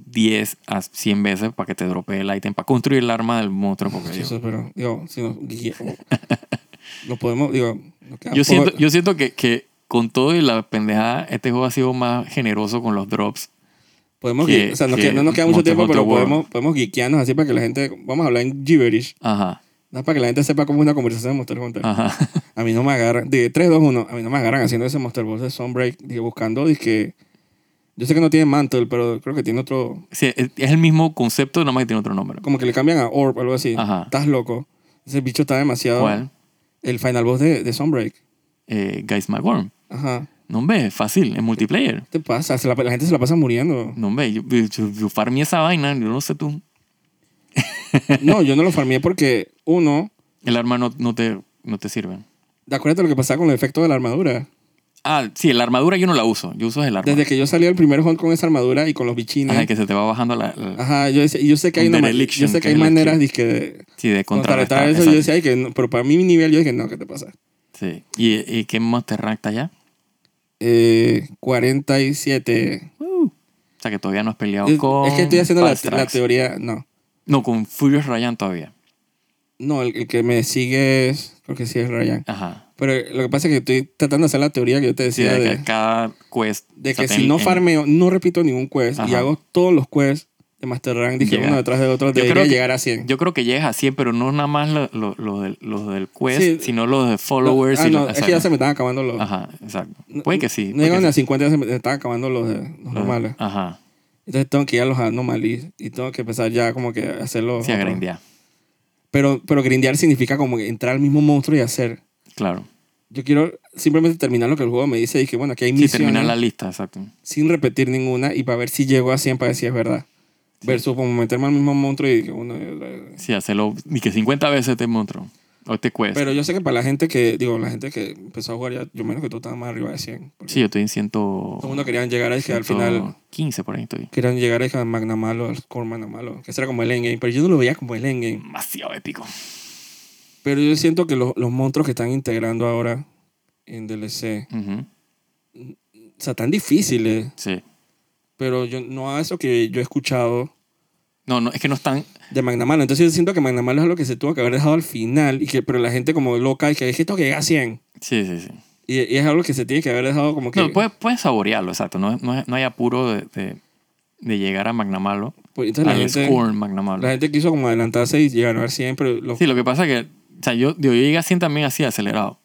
S2: 10 a 100 veces para que te dropee el ítem, para construir el arma del monstruo. Porque
S1: Sí,
S2: digo,
S1: eso, pero digo, si nos
S2: [LAUGHS]
S1: guía- nos podemos, digo, nos queda poco-
S2: Yo siento, yo siento que, que con todo y la pendejada, este juego ha sido más generoso con los drops.
S1: podemos
S2: que-
S1: gui- o sea, nos
S2: que
S1: queda- no nos queda mucho
S2: Monster
S1: tiempo,
S2: Hunter
S1: pero
S2: World.
S1: podemos, podemos guiquearnos así para que la gente, vamos a hablar en gibberish,
S2: Ajá,
S1: nada para que la gente sepa cómo es una conversación de Monster Hunter.
S2: ajá. [LAUGHS]
S1: A mí no me agarran, de 3, 2, 1, a mí no me agarran haciendo ese Monster Boss de Sunbreak, digo, buscando, dizque, yo sé que no tiene Mantle, pero creo que tiene otro,
S2: Sí, es es el mismo concepto, nada más que tiene otro nombre.
S1: como que le cambian a Orb o algo así,
S2: Ajá.
S1: estás loco, ese bicho está demasiado,
S2: ¿Cuál?
S1: el Final Boss de, de Sunbreak,
S2: Eh, Guys McGorm.
S1: ajá,
S2: No, hombre, fácil, en multiplayer.
S1: ¿qué te pasa? Se la, la gente se la pasa
S2: [LAUGHS]
S1: muriendo.
S2: No, hombre, yo, yo, yo- yo farmeé esa vaina, yo no sé tú.
S1: No, yo no lo farmeé porque, uno,
S2: El arma no, no, te, no te sirve.
S1: acuérdate lo que pasaba con el efecto de la armadura.
S2: Ah, sí, la armadura yo no la uso, yo uso el arma.
S1: Desde que yo salí al primer hunt con esa armadura y con los bichines.
S2: Ajá,
S1: Ajá,
S2: que se te va bajando la... la-
S1: yo, decía- y yo sé que hay,
S2: Un
S1: una ma-
S2: dereliction,
S1: yo sé que
S2: que
S1: hay
S2: es la
S1: maneras
S2: que-
S1: dizque, de
S2: sí, de contrarrestar.
S1: contrarrestar eso. Yo
S2: exacto.
S1: decía, "Ay, que no", pero para mi nivel yo dije, no, ¿qué te pasa?
S2: Sí. ¿Y, y qué Monster Rank está allá?
S1: Eh, 47.
S2: O sea, que todavía no has peleado
S1: Es,
S2: con...
S1: es que estoy haciendo la,
S2: Fast
S1: la
S2: Tracks.
S1: teoría. No,
S2: No, con Furious Ryan todavía.
S1: no, el, el que me sigue es, creo que sí es Ryan.
S2: Ajá.
S1: Pero lo que pasa es que estoy tratando de hacer la teoría que yo te
S2: Sí,
S1: decía
S2: de
S1: de,
S2: que cada quest.
S1: de
S2: o sea,
S1: que
S2: ten-
S1: si no
S2: en-
S1: farmeo, no repito ningún quest y
S2: Ajá.
S1: hago todos los quests de Master Rank, dije
S2: Llega.
S1: uno detrás de otro,
S2: Yo creo
S1: debería
S2: que-
S1: llegar a 100.
S2: Yo creo que llegas a 100, pero no nada más lo- lo- lo del- los del quest,
S1: Sí.
S2: sino los de followers.
S1: Ah,
S2: y
S1: no, es
S2: los-
S1: que ya se
S2: exacto.
S1: me están acabando los.
S2: Ajá, exacto. Puede que sí.
S1: No
S2: puede que
S1: llegaron a eh.
S2: sí.
S1: 50, ya se me están acabando los, de- los
S2: Los-
S1: normales.
S2: Ajá.
S1: Entonces tengo que ir a los anomalies y tengo que empezar ya como que a hacer los
S2: Sí, a
S1: otros.
S2: grindear.
S1: Pero, pero grindear significa como que entrar al mismo monstruo y hacer.
S2: Claro.
S1: Yo quiero simplemente terminar lo que el juego me dice. Dije, bueno, aquí hay
S2: Sí,
S1: misiones
S2: terminar la lista, exacto.
S1: sin repetir ninguna y para ver si llego a 100 para ver si es verdad. Versus como meterme al mismo monstruo y que uno...
S2: Sí, hacerlo. Ni que 50 veces este monstruo. O este quest.
S1: Pero yo sé que para la gente que, digo, la gente que empezó a jugar ya, yo menos que tú estabas más arriba de 100. porque
S2: sí, yo estoy en 100.
S1: Todo el mundo querían llegar a que al final
S2: 15 por ahí estoy.
S1: querían llegar a Magna Malo, al Core Magna Malo, que será como el endgame, pero yo no lo veía como el endgame.
S2: Demasiado épico.
S1: Pero yo siento que los, los monstruos que están integrando ahora en DLC,
S2: Ujú,
S1: o sea, tan difíciles,
S2: Sí.
S1: pero yo no a eso que yo he escuchado
S2: No, no, es que no están.
S1: de Magna Malo. Entonces yo siento que Magna Malo es algo que se tuvo que haber dejado al final, y que, pero la gente como loca, y que es que esto que llega a 100.
S2: Sí, sí, sí.
S1: Y, y es algo que se tiene que haber dejado como que...
S2: No, pues, puedes, puedes saborearlo, exacto. No, no, hay- no hay apuro de, de- de llegar a Magnamalo.
S1: pues, entonces la
S2: Al
S1: gente,
S2: score Magnamalo.
S1: la gente quiso como adelantarse y llegar a ver siempre los...
S2: Sí, lo que pasa es que o sea, yo, digo, yo llegué así también así acelerado.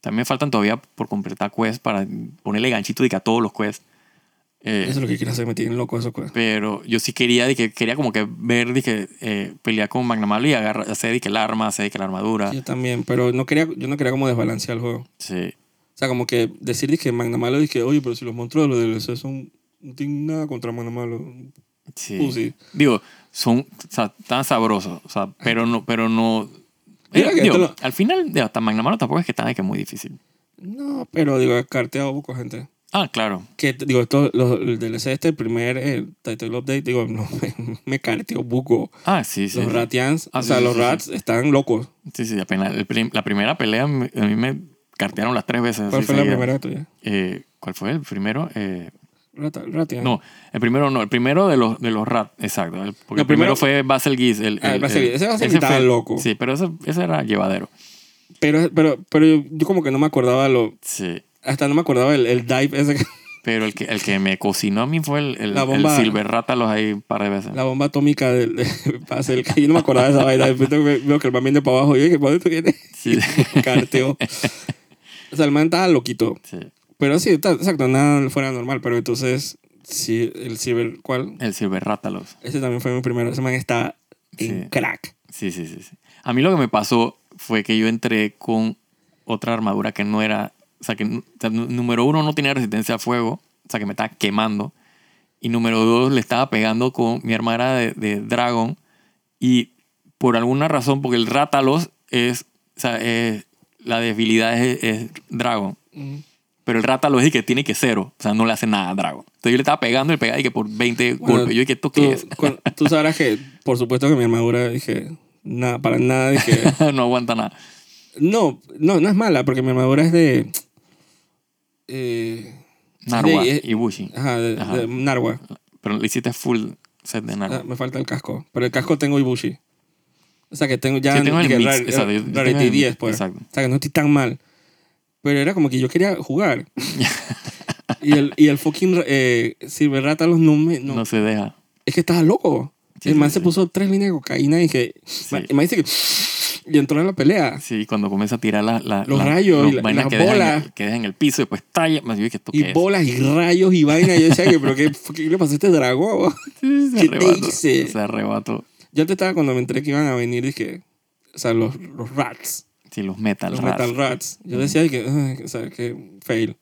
S2: También me faltan todavía por completar quests para ponerle ganchito de que a todos los quests. Eh,
S1: Eso es lo que quiero hacer, me tienen loco eso. pues.
S2: pero yo sí quería de que quería como que ver de que eh, pelear con Magnamalo y agarrar hacer de que el arma, hacer de que la armadura.
S1: Yo también, pero no quería, yo no quería como desbalancear el juego.
S2: Sí.
S1: O sea, como que decir que Magna Malo dije, oye, pero si los monstruos de los DLC son... No tienen nada contra Magna Malo.
S2: Sí.
S1: Pussy.
S2: Digo, son o sea, tan sabrosos, o sea, pero no, pero no. Eh,
S1: Mira que
S2: digo,
S1: te lo-
S2: Al final, de hasta Magnamaro tampoco es que tan es que es muy difícil.
S1: No, pero digo, carteado poco gente.
S2: Ah, claro.
S1: Que digo, esto, los, el DLC este, el primer el title update, digo, [LAUGHS] no, me, carteó buco.
S2: Ah, sí, sí.
S1: los Ratians,
S2: Ah,
S1: o
S2: sí,
S1: sea,
S2: sí,
S1: los
S2: sí,
S1: Rats están locos.
S2: Sí, sí, apenas. el prim- la primera pelea me- a mí me cartearon las tres veces.
S1: ¿Cuál
S2: así
S1: fue la
S2: seguida.
S1: primera tuya?
S2: Eh, ¿Cuál fue el primero? Eh,
S1: Rata- Ratian.
S2: no, el primero no, el primero de los, de los Rat, exacto. el- porque
S1: No,
S2: el primero,
S1: primero-
S2: fue Basel Geese. El,
S1: Ah,
S2: el-
S1: Basel
S2: el-
S1: Geese. Ese Basel estaba
S2: fue-
S1: loco.
S2: Sí, pero ese, ese era llevadero.
S1: Pero, pero, pero yo, yo como que no me acordaba lo...
S2: Sí.
S1: Hasta no me acordaba el, el dive ese, que-
S2: Pero el que, el que me cocinó a mí fue el, el,
S1: La
S2: el
S1: bomba-
S2: Silver Rata, los ahí un par de veces.
S1: la bomba atómica del de, [LAUGHS] Basel, que yo no me acordaba de esa vaina. De repente ve- veo que el man viene para abajo y yo dije, ¿para dónde tú vienes?
S2: [LAUGHS]
S1: [LAUGHS]
S2: Sí.
S1: carteo. o sea, el man estaba loquito.
S2: Sí.
S1: Pero sí, ta- exacto, nada fuera normal. Pero entonces, sí, el ciber, ¿cuál?
S2: El Silver Rátalos.
S1: Ese también fue mi primero. Ese man está en
S2: Sí.
S1: crack.
S2: Sí, sí, sí, sí. A mí lo que me pasó fue que yo entré con otra armadura que no era. O sea, que n- o sea, n- número uno no tenía resistencia a fuego. O sea, que me estaba quemando. Y número dos le estaba pegando con mi armadura de, de Dragon. Y por alguna razón, porque el Rátalos es. O sea, es- la debilidad es, es Dragon. Pero el Rátalos es el que tiene que cero. O sea, no le hace nada a Dragon. Entonces yo le estaba pegando y le pegaba y que por 20
S1: Bueno,
S2: golpes. Yo dije, ¿esto
S1: Tú,
S2: qué es?
S1: cuan- tú sabrás que, por supuesto que mi armadura, dije, nada, para nada, dije...
S2: [LAUGHS] no aguanta nada.
S1: no, no, no es mala, porque mi armadura es de... Eh,
S2: Narwa
S1: Sí, eh,
S2: y Bushi.
S1: ajá, de,
S2: Ajá.
S1: de Narwa.
S2: Pero le hiciste full set de
S1: Ah,
S2: Narwa.
S1: me falta el casco. Pero el casco tengo Ibushi. O sea que tengo ya...
S2: Sí, tengo el
S1: dije,
S2: mix,
S1: rar-
S2: exacto, yo- yo
S1: Rarity
S2: tengo el-
S1: 10, pues.
S2: exacto.
S1: O sea que no estoy tan mal. Pero era como que yo quería
S2: [LAUGHS]
S1: jugar. y, el, y el fucking eh, Silver Rátalos no me... No,
S2: No. se deja.
S1: Es que estaba loco.
S2: Sí,
S1: el man
S2: sí,
S1: se
S2: sí.
S1: puso tres líneas de cocaína y que... Y me dice que... Y entró en la pelea.
S2: Sí, cuando comienza a tirar la, la-
S1: Los
S2: la-
S1: rayos
S2: los
S1: y la-
S2: vainas
S1: las
S2: que dejan en-
S1: bolas.
S2: que dejan en el piso y después talla. Más yo dije, ¿esto qué
S1: Y
S2: es?
S1: bolas y rayos y vaina. Y yo decía que... ¿Pero qué, [LAUGHS] qué le pasó a este dragón? [LAUGHS]
S2: Sí, se
S1: ¿Qué te
S2: arrebató.
S1: hice?
S2: Se arrebató.
S1: Yo antes estaba cuando me enteré que iban a venir, dije, o sea, los, los rats,
S2: Sí, los metal
S1: los
S2: rats.
S1: metal rats. Yo decía que, "Ay, o sea, que fail.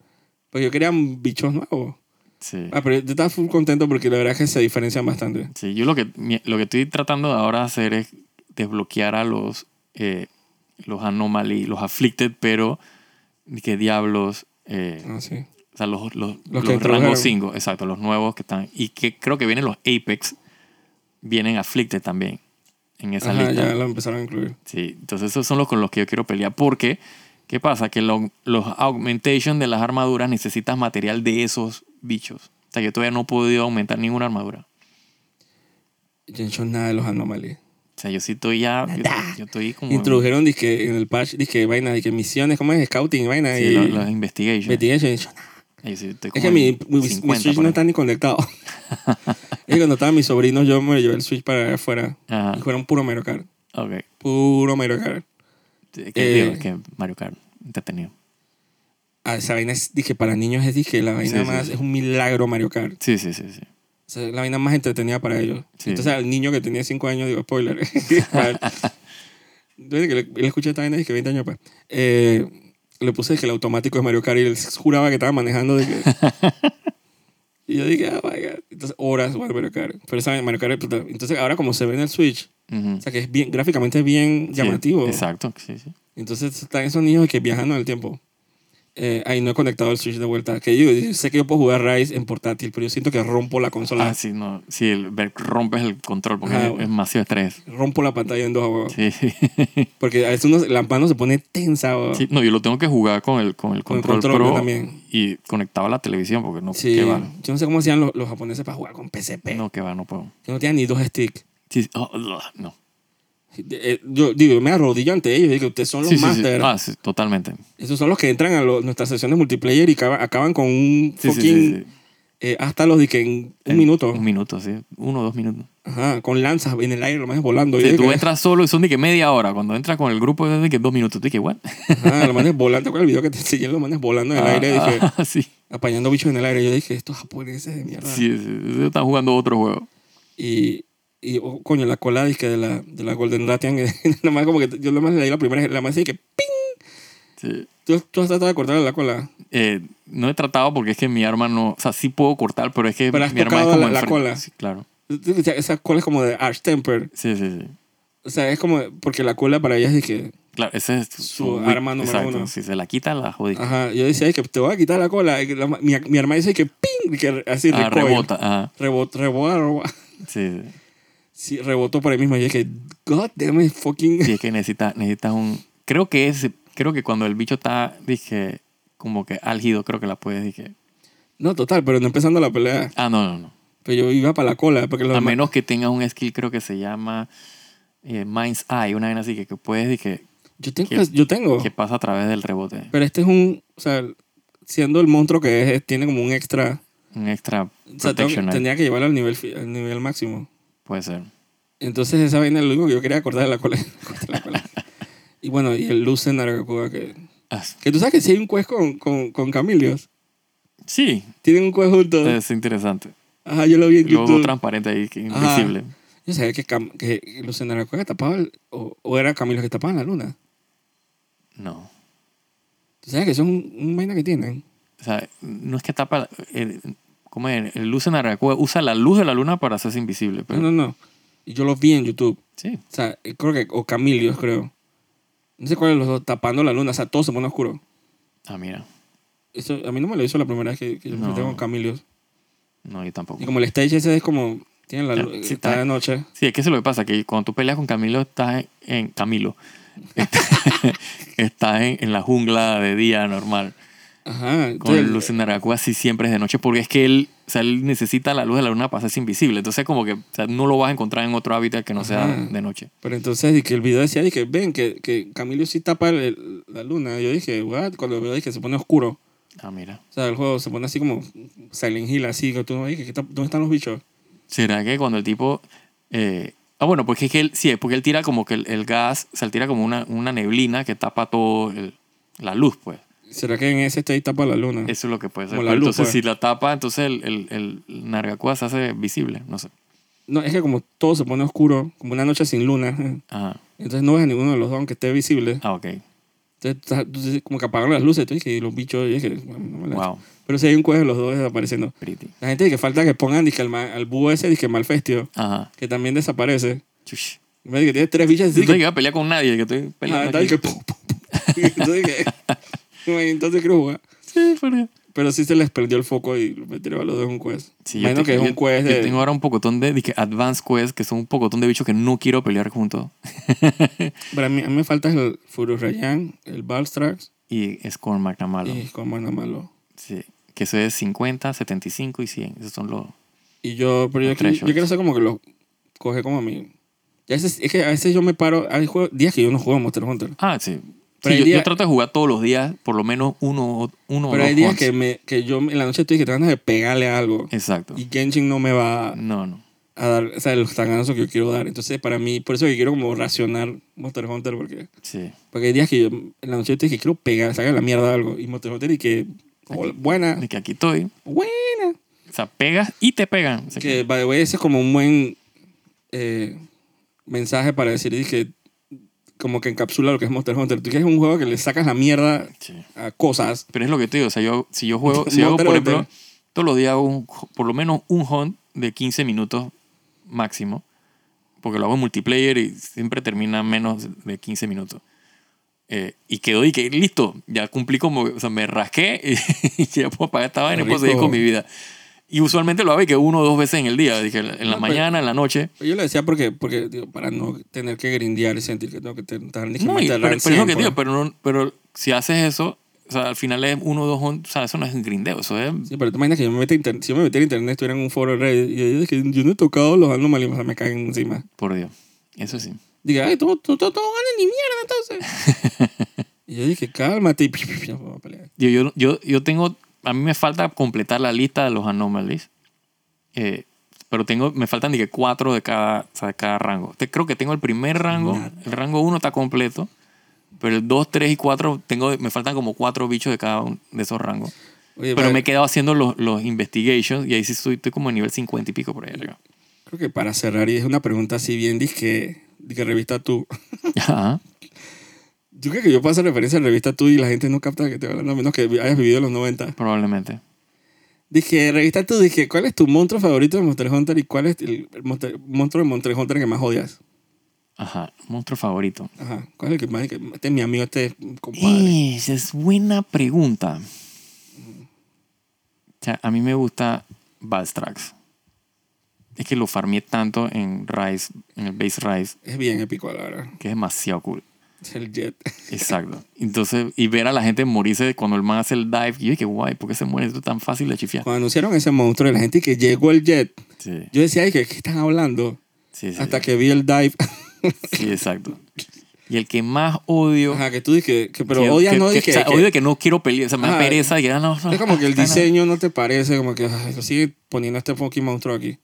S1: Pues yo quería bichos nuevos.
S2: Sí.
S1: Ah, pero yo estaba full contento porque la verdad es que se diferencian bastante.
S2: Sí, yo lo que, mi- lo que estoy tratando de ahora hacer es desbloquear a los, eh, los anomaly, los afflicted, pero que diablos. eh,
S1: Ah, sí.
S2: O sea, los, los,
S1: Los
S2: los,
S1: que introdujeron.
S2: rangos 5, exacto, los nuevos que están. Y que creo que vienen los Apex, vienen Afflicted también en esa
S1: Ajá,
S2: lista.
S1: ya lo empezaron a incluir.
S2: Sí, entonces esos son los con los que yo quiero pelear. Porque, ¿qué pasa? Que lo- los augmentation de las armaduras necesitas material de esos bichos. O sea, yo todavía no he podido aumentar ninguna armadura.
S1: Yo no he hecho nada de los anomalies.
S2: O sea, yo sí estoy ya. Yo,
S1: [LAUGHS]
S2: yo estoy como.
S1: Introdujeron, dije, en el patch, dije, vaina, dije, misiones, ¿cómo es? Scouting, vaina.
S2: Sí,
S1: y
S2: lo- los investigations.
S1: investigation. Yo,
S2: Yo sí estoy
S1: Es
S2: como
S1: que
S2: en
S1: mi, mi, mi
S2: 50
S1: Switch
S2: por
S1: no
S2: ahí.
S1: está ni
S2: [LAUGHS]
S1: conectado. es que cuando estaban mis sobrinos, yo me llevé el Switch para afuera.
S2: Ajá,
S1: Y fueron puro Mario Kart.
S2: ok.
S1: Puro Mario Kart.
S2: Que,
S1: Eh.
S2: digo, que Mario Kart, entretenido.
S1: Ah, esa vaina es, dije, para niños es, dije, la vaina
S2: Sí, sí,
S1: más,
S2: sí.
S1: es un milagro Mario Kart.
S2: Sí, sí, sí, sí.
S1: O sea, es la vaina más entretenida para ellos.
S2: Sí.
S1: Entonces, al niño que tenía 5 años, digo, spoiler. [LAUGHS] Entonces, que le, le escuché esta vaina, dije, 20 años, pues. Eh, le puse que el automático de Mario Kart y él juraba que estaba manejando. dije.
S2: [LAUGHS]
S1: y yo dije, oh my God. Entonces, horas jugando Mario Kart. Pero esa vaina, Mario Kart, puta. entonces, ahora como se ve en el Switch,
S2: Ujú.
S1: o sea, que es bien, gráficamente es bien
S2: Sí,
S1: llamativo.
S2: exacto, sí, sí.
S1: Entonces están esos niños que viajan en el tiempo. Eh, ahí no he conectado el Switch de vuelta. Que yo, yo sé que yo puedo jugar Rise en portátil, pero yo siento que rompo la consola.
S2: Ah, sí, no. Sí, el- ver- rompes el control porque
S1: Ajá,
S2: es-
S1: bueno.
S2: es demasiado estrés.
S1: Rompo la pantalla en dos, huevón.
S2: Sí. [LAUGHS]
S1: Porque a veces uno, la mano se pone tensa, huevón.
S2: Sí, no, yo lo tengo que jugar con el, con el
S1: Con el
S2: control,
S1: control,
S2: pro
S1: yo también.
S2: y conectado a la televisión porque no,
S1: Sí.
S2: qué va.
S1: Yo no sé cómo hacían los, los japoneses para jugar con PSP.
S2: No, qué va, no puedo.
S1: Que no tenían ni dos sticks.
S2: Sí, sí, oh, ugh, no.
S1: eh, yo digo, me arrodillo ante ellos. Digo, ustedes son los
S2: Sí, sí, sí.
S1: masters.
S2: Ah, sí, totalmente.
S1: Esos son los que entran a lo- nuestras sesiones multiplayer y acaba- acaban con un
S2: Sí, sí,
S1: fucking.
S2: sí, sí.
S1: eh, hasta los de que en un
S2: En
S1: minuto.
S2: Un minuto, sí. Uno o dos minutos.
S1: Ajá, con lanzas en el aire, lo más volando.
S2: Sí,
S1: Y
S2: tú
S1: que-
S2: entras solo y son de que media hora. Cuando entras con el grupo es de que dos minutos. Tú de que, what?
S1: Ajá, los manes volando. con el video que te enseñé? Los manes volando en el aire.
S2: Ah,
S1: Dije,
S2: ah, [LAUGHS] sí.
S1: apañando bichos en el aire. Yo dije, estos japoneses de mierda.
S2: Sí, sí, sí, están jugando otro juego.
S1: Y, y oh, coño, la cola dizque, de la, de la Golden [LAUGHS] Ratian, nada más como que yo nada más leí la primera, la más así que ¡ping!
S2: Sí.
S1: ¿Tú, tú has tratado de cortar la cola.
S2: Eh, no he tratado porque es que mi arma no. O sea, sí puedo cortar, pero es que
S1: Pero has
S2: mi arma es
S1: tocado
S2: como.
S1: la- la
S2: enfre-
S1: cola.
S2: Sí, claro.
S1: O sea, Esa cola es como de Arch Temper.
S2: Sí, sí, sí.
S1: O sea, es como, porque la cola para ellas es que,
S2: Claro, ese es su,
S1: arma número
S2: exacto.
S1: uno. Ah,
S2: Si se la quita, la jodiste.
S1: ajá, yo decía, "Ay, que te voy a quitar la cola. Y que la- mi, mi arma dice que ¡ping! Y que así
S2: Ah,
S1: recoil.
S2: rebota. ajá.
S1: Rebot, rebota, rebota.
S2: Sí, sí.
S1: Sí, rebotó por ahí mismo. Y es que, God damn it, fucking.
S2: Sí, es que necesitas necesitas un... Creo que es... Creo que cuando el bicho está, dije, como que álgido, creo que la puedes, dije...
S1: No, total, pero no empezando la pelea.
S2: Ah, no, no, no.
S1: Pero yo iba para la cola. Porque los
S2: A menos que tengas un skill, creo que se llama eh, Mind's Eye, una vaina así que, que puedes, dije,
S1: yo tengo,
S2: que-
S1: yo tengo.
S2: que pasa a través del rebote.
S1: Pero este es un, o sea, siendo el monstruo que es, es- tiene como un extra.
S2: Un extra
S1: O sea, tengo que-
S2: protection ahí.
S1: tendría que llevarlo al nivel, fi- al nivel máximo.
S2: Puede ser.
S1: Entonces esa vaina es lo único que yo quería acordar de la cola. [LAUGHS] de la cola. y bueno, y el Lucen Narakuga que...
S2: Ah,
S1: Que tú sabes que si hay un quest con, con, con Camilios.
S2: sí,
S1: Tienen un quest juntos.
S2: es interesante.
S1: Ajá, yo lo vi en
S2: Luego
S1: Ah. YouTube.
S2: transparente ahí, que
S1: Ajá.
S2: invisible.
S1: Yo sabía que, Cam- que Lucen Narakuga tapaba... el- o, o era Camilo que tapaba la luna.
S2: No.
S1: Tú sabes que eso es un, un vaina que tienen.
S2: O sea, no es que tapa... El, ¿Cómo es? El luz en Aracuba usa la luz de la luna para hacerse invisible. Pero,
S1: No, no, no. Y yo los vi en YouTube.
S2: Sí.
S1: O sea, eh, creo que... O Camilios, creo. No sé cuál de los dos. Tapando la luna. O sea, todo se pone oscuro.
S2: Ah, mira.
S1: Eso, a mí no me lo hizo la primera vez que, que yo me
S2: No.
S1: enfrenté con Camilios.
S2: No, yo tampoco.
S1: Y como el stage ese es como... Tiene la
S2: Ya,
S1: luz...
S2: sí,
S1: está
S2: está-
S1: de noche.
S2: Sí, es que eso es lo que pasa, que cuando tú peleas con Camilo, estás en, en- Camilo. [LAUGHS] Estás- estás en, en la jungla de día normal.
S1: Ajá.
S2: Con
S1: entonces-
S2: el Lucen Aracua sí siempre es de noche, porque es que él, o sea, él necesita la luz de la luna para hacerse invisible. Entonces, como que o sea, no lo vas a encontrar en otro hábitat que no sea
S1: Ajá.
S2: de noche.
S1: Pero entonces y que el video decía, dije, ven, que, que Camilo sí tapa el- la luna. Yo dije, what? Cuando lo veo, dije, se pone oscuro.
S2: Ah, mira.
S1: O sea, el juego se pone así como Silent Hill, así. Que tú no dije, ¿qué está- ¿dónde están los bichos?
S2: ¿Será que cuando el tipo... eh, ah, bueno, porque es que él, sí, es porque él tira como que el, el gas, o sea, él tira como una, una neblina que tapa todo el- la luz, pues.
S1: ¿Será que en ese stage tapa la luna?
S2: Eso es lo que puede ser.
S1: Como la
S2: Pero
S1: luz,
S2: entonces,
S1: pues.
S2: si la tapa, entonces el, el, el Nargacua se hace visible. No sé.
S1: No, es que como todo se pone oscuro, como una noche sin luna,
S2: Ajá.
S1: entonces no ves a ninguno de los dos aunque esté visible.
S2: Ah, ok.
S1: Entonces, ta- tú dices, como que apagaron las luces, tú dije, y los bichos, yo dije, bueno, no me la-
S2: Wow.
S1: Pero si hay un juego de los dos desapareciendo.
S2: Pretty.
S1: La gente dice que falta que pongan, dije, al, ma- al búho ese, dije, malfestio,
S2: Ajá.
S1: que también desaparece.
S2: Chush.
S1: Y me dice que tiene tres bichas,
S2: Sí,
S1: así
S2: que... voy a pelear con nadie, que estoy
S1: Ah,
S2: peleando.
S1: tal
S2: aquí.
S1: que pum, pum, [LAUGHS] pum. Entonces, que- Ay, entonces quiero jugar.
S2: Sí, pero...
S1: Pero sí se les perdió el foco y me tiró a los dos un quest.
S2: Sí, yo
S1: Menos
S2: te-
S1: que es
S2: yo-
S1: un quest
S2: Yo
S1: de...
S2: tengo ahora un pocotón de, dije, Advanced Quest, que son un pocotón de bichos que no quiero pelear juntos.
S1: Para mí, a mí me falta el Furus Rayan, el Balstrax
S2: y Scorn Magnamalo.
S1: y como era malo.
S2: Sí. Que eso es 50, 75 y 100. Esos son los...
S1: Y yo, pero yo,
S2: Los tres
S1: yo quiero
S2: shots.
S1: hacer como que los coge como a mí. Y a veces- es que a veces yo me paro, hay juegos- días que yo no juego a Monster Hunter.
S2: Ah, sí. Sí,
S1: Pero hay
S2: yo,
S1: día-
S2: yo trato de jugar todos los días, por lo menos uno, o- uno o
S1: pero hay
S2: dos
S1: días
S2: hunts.
S1: que, me, que yo en la noche estoy que tengo ganas de pegarle a algo.
S2: Exacto.
S1: Y Genshin no me va
S2: No, no.
S1: a dar, o sea, los tanganazos que yo quiero dar. Entonces, para mí, por eso que quiero como racionar Monster Hunter, porque...
S2: Sí.
S1: Porque hay días que yo en la noche yo te dije, quiero pegar, sacar la mierda de algo. Y Monster Hunter y que, hola, buena,
S2: De que aquí estoy.
S1: buena.
S2: O sea, pegas y te pegan. O sea,
S1: Que, by the way, ese es como un buen eh, mensaje para decir, dije, como que encapsula lo que es Monster Hunter. Tú quieres un juego que le sacas la mierda
S2: sí.
S1: a cosas.
S2: Pero es lo que te digo. O sea, yo, si yo juego, si yo hago,
S1: Monster
S2: por
S1: Hunter.
S2: ejemplo, todos los días hago un- por lo menos un hunt de 15 minutos máximo. Porque lo hago en multiplayer y siempre termina menos de 15 minutos. Eh, y quedo y que listo, ya cumplí como, o sea, me rasqué y, [LAUGHS] ya puedo pagar esta vaina y puedo seguir
S1: Rico.
S2: con mi vida. Y usualmente lo hago y que uno o dos veces en el día, dije, en la
S1: pero-
S2: mañana, en la noche.
S1: Pero yo lo decía porque, porque digo, para no tener que grindear y sentir que tengo que estar en
S2: No, y- pero, pero es lo que te digo, pero,
S1: pues.
S2: no- pero si haces eso, o sea, al final es uno, dos, on- o sea, eso no es un grindeo, eso es...
S1: Sí, pero te imaginas que yo me meta a internet, si yo me metiera a internet, estuviera en un foro de Reddit, y yo dije, yo no he tocado los anomalios, o sea, me caen encima.
S2: Por Dios, eso sí.
S1: Diga, ay, tú, tú, tú, tú ganas ni mierda entonces.
S2: [LAUGHS]
S1: y yo dije, cálmate. Y [LAUGHS] ya vamos a pelear.
S2: Yo, yo, yo, yo tengo, a mí me falta completar la lista de los anomalies. Eh, pero tengo, me faltan dije, cuatro de cada, o sea, de cada rango. Te- creo que tengo el primer rango.
S1: Nada.
S2: El rango uno está completo. Pero el 2, 3 y 4, tengo, me faltan como cuatro bichos de cada uno de esos rangos.
S1: Oye,
S2: Pero me he
S1: vale,
S2: quedado haciendo los, los investigations y ahí sí estoy, estoy como en nivel 50 y pico por ahí arriba.
S1: Creo que para cerrar, y es una pregunta así bien, dije, dije revista tú. [LAUGHS]
S2: Ajá.
S1: Yo creo que yo puedo hacer referencia a revista tú y la gente no capta que te hablan, a menos que hayas vivido los 90.
S2: Probablemente.
S1: Dije, revista tú, dije, ¿cuál es tu monstruo favorito de Monster Hunter y cuál es el, el monster- monstruo de Monster Hunter que más odias?
S2: Ajá. Monstruo favorito.
S1: Ajá, ¿cuál es el que más? que- Este es mi amigo, este es mi compadre.
S2: Eh, Esa es buena pregunta. O sea, a mí me gusta Balstrax. Es que lo farmeé tanto en Rise, en el base Rise,
S1: Es bien épico, la verdad.
S2: que es demasiado cool.
S1: Es el Jet. [LAUGHS]
S2: Exacto. Entonces, y ver a la gente morirse cuando el man hace el dive. Y yo dije, guay, ¿por qué se muere? Esto es tan fácil de chifiar.
S1: Cuando anunciaron ese monstruo de la gente que llegó el Jet,
S2: Sí,
S1: yo decía, ay, ¿qué, qué están hablando?
S2: sí, sí.
S1: Hasta que vi el dive. [LAUGHS]
S2: Sí, exacto. Y el que más odio.
S1: Ajá, que tú dije, que, pero
S2: que-
S1: odias
S2: que-
S1: no
S2: que-
S1: dije.
S2: o sea,
S1: que-
S2: odio que no quiero pelear. O sea, me da
S1: Ajá.
S2: pereza. Y, ya, no, no,
S1: Es como que el
S2: no, no.
S1: diseño no te parece, como que ay, sigue poniendo este fucking monstruo aquí.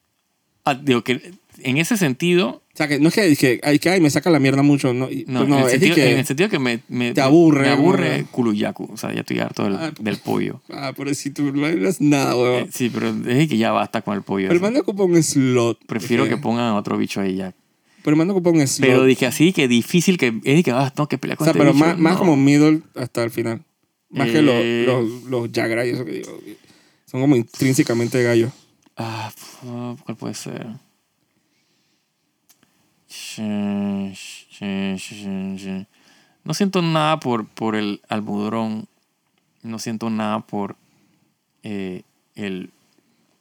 S2: Ah, digo que en ese sentido,
S1: O sea, que no es que, que, ay, que ay, me saca la mierda mucho, no, y- pues
S2: No,
S1: no,
S2: en, el
S1: es
S2: sentido,
S1: que,
S2: en el sentido que me, me-
S1: te aburre,
S2: Me aburre
S1: ¿verdad?
S2: Kuruyaku. O sea, ya estoy harto del,
S1: Ah,
S2: del pollo.
S1: ah, pero si tú no eres nada,
S2: Eh,
S1: weón.
S2: sí, pero es que ya basta con el pollo.
S1: Pero el
S2: ese.
S1: man no ocupa un slot.
S2: Prefiero
S1: porque-
S2: que pongan a otro bicho ahí ya.
S1: Pero el man no ocupa un slot.
S2: Pero dije así que difícil que. Es que ah, tengo que pelear
S1: o
S2: con
S1: sea,
S2: este
S1: pero
S2: bicho.
S1: más, más
S2: No.
S1: como middle hasta el final. Más que
S2: Eh.
S1: los, los, los Jagra y eso que digo. Son como intrínsecamente gallos.
S2: Ah, pf, ¿cuál puede ser? Sh- sh- sh- sh- No siento nada por, por el almudrón. No siento nada por eh, el.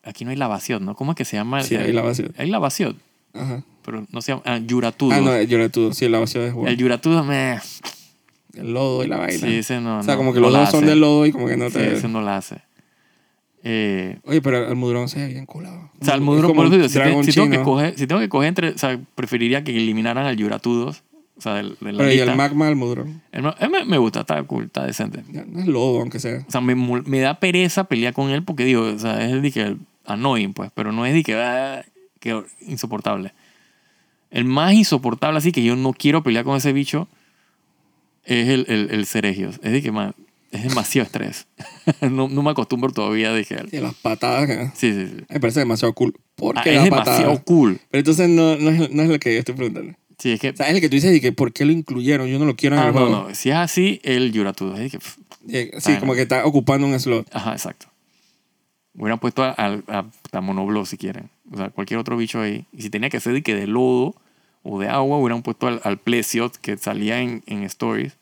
S2: Aquí no hay lavación, ¿no? ¿Cómo es que se llama? el-
S1: Sí, ahí la vacío.
S2: Hay lavación,
S1: Ajá.
S2: pero no se llama. Ah, yuratudo.
S1: Ah, no, el Yoratudo. Sí, la vacío es bueno.
S2: el yuratudo, me.
S1: El lodo y la vaina.
S2: Sí, ese no.
S1: o sea,
S2: no-
S1: como que
S2: no
S1: los
S2: la
S1: dos son
S2: hace.
S1: de lodo y como que no
S2: Sí,
S1: te...
S2: ese no la hace. Eh,
S1: Oye, pero el almudrón se ve bien culado.
S2: O sea, al
S1: Es
S2: Mudro,
S1: como
S2: por eso digo,
S1: un
S2: si, te-
S1: dragón
S2: si tengo que
S1: chino.
S2: coger, si tengo que coger entre, o sea, preferiría que eliminaran al Yuratudos, o sea, del, de la
S1: Pero y
S2: lista.
S1: el magma al mudrón.
S2: El ma- eh, me, me gusta, está cool, está decente.
S1: Ya, no es lobo, aunque sea.
S2: O sea, me, mol- me da pereza pelear con él porque digo, o sea, es el de que annoying, pues, pero no es de que, ah, que insoportable. El más insoportable, así que yo no quiero pelear con ese bicho, es el, el, el Ceregios. Es de que, man, es demasiado estrés. [LAUGHS] no, no me acostumbro todavía, dije.
S1: Y las patadas. que-
S2: Sí, sí, sí.
S1: Me parece demasiado cool. ¿Por
S2: Ah,
S1: qué
S2: es
S1: la patada?
S2: demasiado cool.
S1: Pero entonces no, no, es, no es lo que yo estoy preguntando.
S2: Sí, es que
S1: O sea, es el que tú dices y que por qué lo incluyeron. Yo no lo quiero en
S2: Ah,
S1: el
S2: no,
S1: juego.
S2: no. Si es así, el Yuratudo. Es que, pf,
S1: Eh, Sí,
S2: Ah,
S1: como
S2: no.
S1: que está ocupando un slot.
S2: Ajá, exacto. Hubieran puesto a, a, a Monoblo si quieren. O sea, cualquier otro bicho ahí. Y si tenía que ser de, que de lodo o de agua, hubieran puesto al, al Plesiot que salía en, en Stories.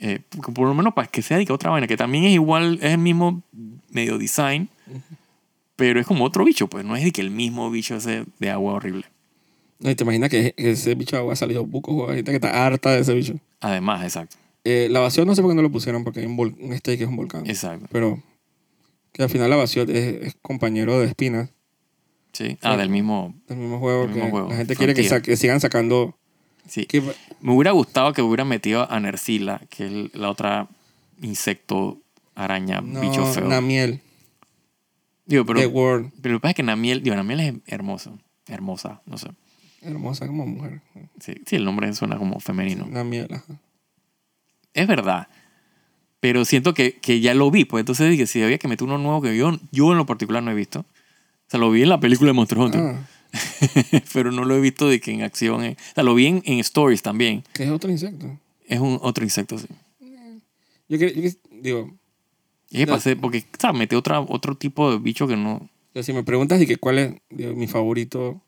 S2: Eh, porque por lo menos para que sea de que otra vaina, que también es igual, es el mismo medio design, pero es como otro bicho, pues no es de que el mismo bicho ese de agua horrible.
S1: No, y te imaginas que ese bicho de agua ha salido buco. joder, Hay gente que está harta de ese bicho.
S2: Además, exacto.
S1: Eh, la vacío no sé por qué no lo pusieron porque hay un, vol- un este que es un volcán.
S2: Exacto.
S1: Pero que al final la vacío es, es compañero de espinas.
S2: Sí. Ah,
S1: Sí.
S2: del mismo.
S1: del mismo juego.
S2: Del
S1: que
S2: mismo juego,
S1: La gente quiere que,
S2: Frontier.
S1: sa- que sigan sacando.
S2: Sí.
S1: que-
S2: Me hubiera gustado que hubieran metido a Nercila, que es la otra insecto, araña,
S1: no,
S2: bicho feo.
S1: Namiel,
S2: digo,
S1: The
S2: pero,
S1: World.
S2: pero lo que pasa es que Namiel, digo, Namiel es hermoso. Hermosa, no sé.
S1: Hermosa como mujer.
S2: Sí, sí, el nombre suena como femenino.
S1: Namiel, ajá.
S2: Es verdad. Pero siento que, que ya lo vi, pues entonces dije, si había que meter uno nuevo que yo, yo en lo particular no he visto. O sea, lo vi en la película de Monster Hunter,
S1: Ah,
S2: [LAUGHS] pero no lo he visto de que en acción. eh. O sea, lo vi en, en Stories también.
S1: que es otro insecto.
S2: Es un otro insecto, sí.
S1: Yo, que, yo que- digo,
S2: Y es que
S1: No.
S2: pasé, porque, ¿sabes? Metí otra, otro tipo de bicho que no,
S1: yo si me preguntas y que cuál es digo, mi favorito.